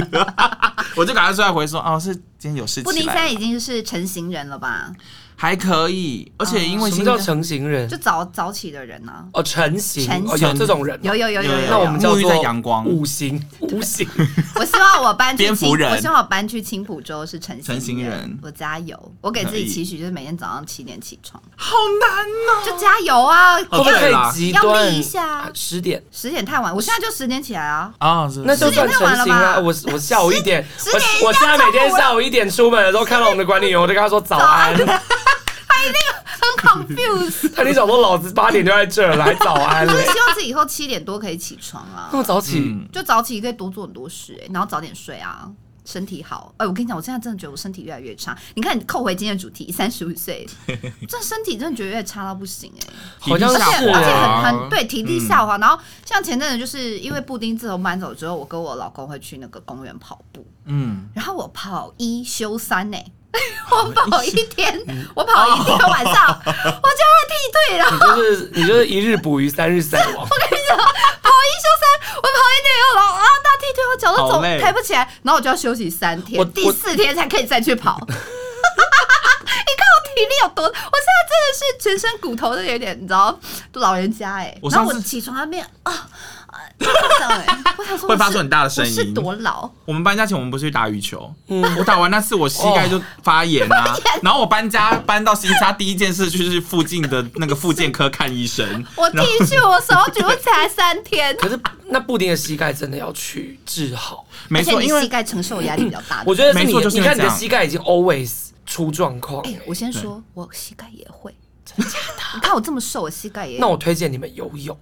Speaker 4: 我就赶快出来回说哦是今天有事
Speaker 1: 布
Speaker 4: 起
Speaker 1: 丁现
Speaker 4: 来
Speaker 1: 在已经是成型人了吧？
Speaker 4: 还可以，而且因为
Speaker 2: 什么
Speaker 4: 现
Speaker 2: 叫
Speaker 4: 在
Speaker 2: 成型人
Speaker 1: 就？早早起的人呐、
Speaker 2: 哦，成型
Speaker 1: 成
Speaker 2: 哦，
Speaker 1: 型
Speaker 2: 有这种人吗。
Speaker 1: 有有有有有有。
Speaker 2: 那我们叫
Speaker 4: 沐浴
Speaker 2: 做
Speaker 4: 在阳光
Speaker 2: 五
Speaker 1: *laughs*
Speaker 2: 行五行。
Speaker 1: 我希望我搬去
Speaker 4: 蝙
Speaker 1: 青，
Speaker 4: 蝠人
Speaker 1: 我希望我搬去青浦州是成
Speaker 4: 成型人
Speaker 1: 人，我加油！我给自
Speaker 4: 可
Speaker 1: 己
Speaker 4: 以
Speaker 1: 期许就是每天早上七点起床，
Speaker 4: 好难哦、
Speaker 1: 就加油啊！
Speaker 2: 会不
Speaker 4: 对
Speaker 2: 会
Speaker 4: 啦
Speaker 2: 可以极
Speaker 1: 要立
Speaker 2: 端啊
Speaker 1: 一下
Speaker 2: 十点？
Speaker 1: 十点太晚，我现在就十点起
Speaker 2: *laughs*
Speaker 1: 来啊。
Speaker 4: 啊，是
Speaker 2: 那就算
Speaker 1: 10点太晚
Speaker 2: 成
Speaker 1: 了
Speaker 2: 型
Speaker 1: 吧
Speaker 2: 啊！我我下午一点，
Speaker 1: 十点一定
Speaker 2: 我我现在
Speaker 1: 要
Speaker 2: 每天
Speaker 1: 中午了
Speaker 2: 下午一点出门的时候，看到我们的管理员，我就跟他说早安。
Speaker 1: 很
Speaker 2: *laughs*
Speaker 1: confused，
Speaker 2: 他你想说老子八点就在这儿了，还早安
Speaker 1: 就是
Speaker 2: 嘞？
Speaker 1: 希望自己以后七点多可以起床啊
Speaker 2: 那。么早起，
Speaker 4: 嗯，
Speaker 1: 就早起可以多做很多事、欸，然后早点睡啊，身体好。哎、我跟你讲，我现在真的觉得我身体越来越差。你看，你扣回今天的主题，三十五
Speaker 2: *laughs*
Speaker 1: 岁，这身体真的觉得越差到不行哎、
Speaker 2: 好像
Speaker 4: 体
Speaker 1: 而
Speaker 4: 力下
Speaker 2: 是
Speaker 1: 且
Speaker 4: 滑
Speaker 1: 而且
Speaker 2: 啊
Speaker 1: 很很对体力下滑，然后像前阵子就是因为布丁自从搬走之后，我跟我老公会去那个公园跑步，
Speaker 4: 嗯，
Speaker 1: 然后我跑一休三
Speaker 4: *laughs*
Speaker 1: 呢、欸我跑一天，
Speaker 4: 嗯
Speaker 1: 我跑一天晚上，
Speaker 4: *laughs*
Speaker 1: 我就会踢腿了。
Speaker 2: 你就是你就是一日捕鱼三日晒网，
Speaker 1: 跑一休三，我跑一天以后，然后啊大踢腿，我脚都
Speaker 4: 好
Speaker 1: 走
Speaker 4: 累
Speaker 1: 抬不起来，然后我就要休息三
Speaker 2: 我
Speaker 1: 天，第四天才可以再
Speaker 4: *laughs*
Speaker 1: 去跑。你看我体力有多，我现在真的是全身骨头都有点，你知道，老人家哎、
Speaker 4: 我
Speaker 1: 然
Speaker 4: 上
Speaker 1: 后
Speaker 4: 次
Speaker 1: 我起床那边啊。啊这样哎
Speaker 4: *laughs*
Speaker 1: 我想说
Speaker 4: 会
Speaker 1: 我
Speaker 4: 发
Speaker 1: 是
Speaker 4: 出很大的声音
Speaker 1: 我是多嗯老？
Speaker 4: 我们搬家前我们不是去打羽球，我打完那次我膝盖
Speaker 1: 哦
Speaker 4: 就发炎
Speaker 1: *laughs*
Speaker 4: 啊，然后我搬家搬到新沙第一件事就是去附近的那个复健科看医生，
Speaker 1: 我剃须，我手举不起来三天，
Speaker 2: 可是那布丁的膝盖真的要去治好。
Speaker 4: 没
Speaker 1: 而且
Speaker 4: 错，
Speaker 1: 你
Speaker 4: 因
Speaker 1: 膝
Speaker 4: 为
Speaker 1: 盖承受压力比较大。
Speaker 2: 我觉得是
Speaker 4: 没
Speaker 2: 你，
Speaker 4: 错就是
Speaker 2: 你
Speaker 4: 因为
Speaker 2: 看你的
Speaker 4: 这样
Speaker 2: 膝盖已经 always 出状况。
Speaker 1: 哎、我先说，我膝盖也会，真的假的？你看我这么瘦，我膝盖也
Speaker 2: 那我推荐你们游泳，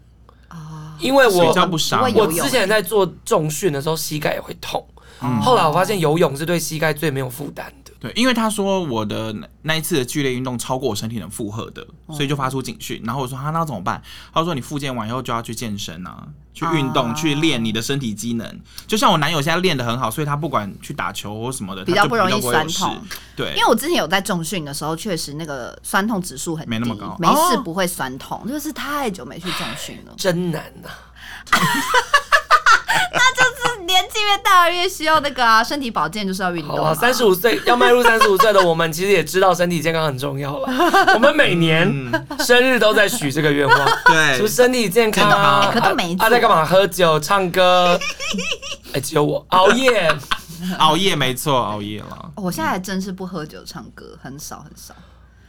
Speaker 1: 啊，
Speaker 2: 因为
Speaker 4: 水
Speaker 2: 我
Speaker 4: 叫不伤
Speaker 1: 我会
Speaker 2: 我
Speaker 1: 游泳
Speaker 2: 之前在做重训的时候膝盖也会痛，
Speaker 4: 嗯
Speaker 2: 后来我发现游泳是对膝盖最没有负担的。，
Speaker 4: 对，因为他说我的那那一次的剧烈运动超过我身体能负荷的，所以就发出警讯。然后我说他、那怎么办？他说你复健完以后就要去健身啊，去运动，
Speaker 1: 啊
Speaker 4: 去练你的身体机能。就像我男友现在练得很好，所以他不管去打球或什么的，
Speaker 1: 比
Speaker 4: 他
Speaker 1: 较
Speaker 4: 就
Speaker 1: 不
Speaker 4: 比
Speaker 1: 容易
Speaker 4: 较不会有
Speaker 1: 酸
Speaker 4: 事
Speaker 1: 痛。
Speaker 4: 对，
Speaker 1: 因为我之前有在重训的时候，确实那个酸痛指数很低，
Speaker 4: 没那么高
Speaker 1: 没事
Speaker 4: 哦
Speaker 1: 不会酸痛，就是太久没去重训了
Speaker 2: 真难呐、啊！
Speaker 1: 就是年纪越大越需要那个啊，身体保健就是要运
Speaker 2: 好
Speaker 1: 动啊
Speaker 2: 了，
Speaker 1: 嘛。
Speaker 2: 三十五岁要迈入三十五岁的我们，其实也知道身体健康很重要了。我们每年生日都在许这个愿望，
Speaker 4: 嗯对
Speaker 2: 什么身体健康啊？
Speaker 1: 健康哎可都没
Speaker 2: 啊，
Speaker 1: 做
Speaker 2: 啊在干嘛？喝酒、唱
Speaker 1: *laughs*
Speaker 2: 歌？哎，只有我熬夜。
Speaker 4: 熬夜没错，熬夜了。
Speaker 1: 哦我现在还真是不喝酒、唱歌，很少很少。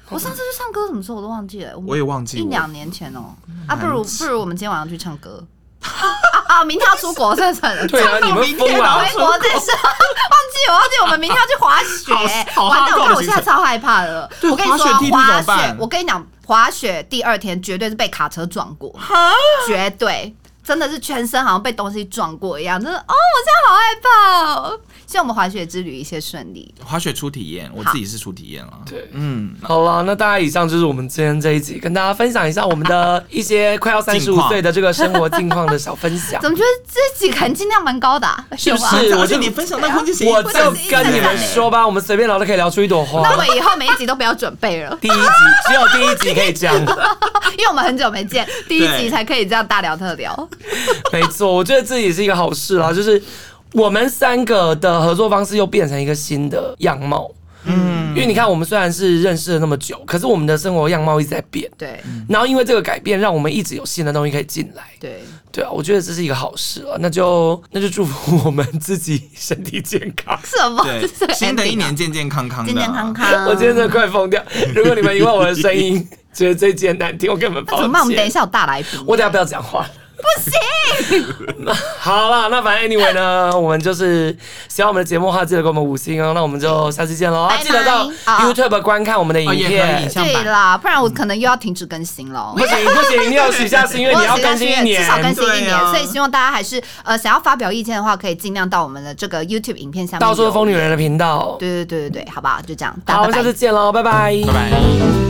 Speaker 1: 我上次去唱歌什么时候我都忘记了，
Speaker 4: 我也忘记
Speaker 1: 一
Speaker 4: 我嗯
Speaker 1: 两年前哦。啊，不如不如我们今天晚上去唱
Speaker 4: *laughs*
Speaker 1: 歌。啊啊！明天要出国，算算了。
Speaker 2: 对啊，你们疯
Speaker 1: 我
Speaker 2: 了
Speaker 1: 回！国
Speaker 4: *laughs*
Speaker 1: 再说，忘记我忘记我们明天要去滑雪，
Speaker 4: 好好
Speaker 1: 完蛋！
Speaker 4: 好
Speaker 1: 我
Speaker 4: 好
Speaker 1: 看我现在超害怕的。
Speaker 4: 对
Speaker 1: 我跟你说
Speaker 4: 滑雪地图
Speaker 1: 啊，
Speaker 4: 怎
Speaker 1: 滑
Speaker 4: 么办
Speaker 1: 雪，我跟你讲，滑雪第二天绝对是被卡车撞过，绝对。真的是全身好像被东西撞过一样，真的哦！我现在好害怕哦。希望我们滑雪之旅一切顺利。
Speaker 4: 滑雪初体验，我自己是初体验了。
Speaker 2: 对
Speaker 4: 嗯，
Speaker 2: 好了，那大概以上就是我们今天这一集，跟大家分享一下我们的一些快要三十
Speaker 4: 近
Speaker 2: 五
Speaker 4: 况
Speaker 2: 岁的这个生活近况的小分享
Speaker 1: *laughs* 怎。么觉得这几个人尽量蛮高的、啊？
Speaker 2: 是不
Speaker 1: 有吗
Speaker 2: 是我就
Speaker 4: 分享那空间
Speaker 2: 我
Speaker 1: 不
Speaker 2: 就
Speaker 1: 能是一
Speaker 2: 跟你
Speaker 1: 直
Speaker 2: 们
Speaker 1: 在
Speaker 2: 说吧，我们随便聊都可以聊出一朵花
Speaker 1: 啊那。我们以后每一集都不要准备了，
Speaker 2: 第一集只有第一集可以
Speaker 1: *laughs*
Speaker 2: 这样。
Speaker 1: 因为我们很久
Speaker 2: *laughs*
Speaker 1: 没见，第一集
Speaker 4: 对
Speaker 1: 才可以这样大聊特聊。
Speaker 2: 没错，我觉得自己是一个好事啦，就是我们三个的合作方式又变成一个新的样貌。嗯，因为你看，我们虽然是认识了那么久，可是我们的生活样貌一直在变。
Speaker 1: 对
Speaker 2: 然后因为这个改变，让我们一直有新的东西可以进来。
Speaker 1: 对，
Speaker 2: 对啊，我觉得这是一个好事啊了。那就那就祝福我们自己身体健康。
Speaker 1: 什么？
Speaker 4: 对
Speaker 1: *laughs* 这是，
Speaker 4: 新的
Speaker 1: ending 啊
Speaker 4: 一年健健康康的，
Speaker 1: 健健康。康。
Speaker 2: 我今天真的快疯掉！如果你们因为我的声
Speaker 1: *laughs*
Speaker 2: 音觉得这一集很难听，我跟你们
Speaker 1: 那
Speaker 2: 抱
Speaker 1: 怎
Speaker 2: 歉。
Speaker 1: 么办？我们等一下有大来宾。
Speaker 2: 我等下不要讲话了。不行。好了， *laughs* 那反正 anyway 呢，我们就是喜欢我们的节目的话，记得给我们五星哦。那我们就下次见喽！啊
Speaker 1: 拜拜
Speaker 2: 记得到
Speaker 1: 啊
Speaker 2: YouTube 观看我们的影
Speaker 4: 哦也可以
Speaker 2: 片。
Speaker 4: 像
Speaker 1: 对
Speaker 4: 版
Speaker 1: 啦，不然我可能又要停止更新了。
Speaker 2: 不行不行，你要许下心愿，
Speaker 1: *laughs* 我
Speaker 2: 嗯你要
Speaker 1: 有时间
Speaker 2: 更新一年
Speaker 1: 至。少更新一
Speaker 4: 对
Speaker 1: 年，
Speaker 4: 啊
Speaker 1: 所以希望大家还是呃想要发表意见的话，可以尽量到我们的这个 YouTube 影片下面。
Speaker 2: 到处疯女。人的频道。
Speaker 1: 对对对对对，好不好？就这样，大
Speaker 2: 好，我
Speaker 1: 家拜
Speaker 2: 们
Speaker 1: 拜
Speaker 2: 下次见喽，拜拜
Speaker 4: 拜拜。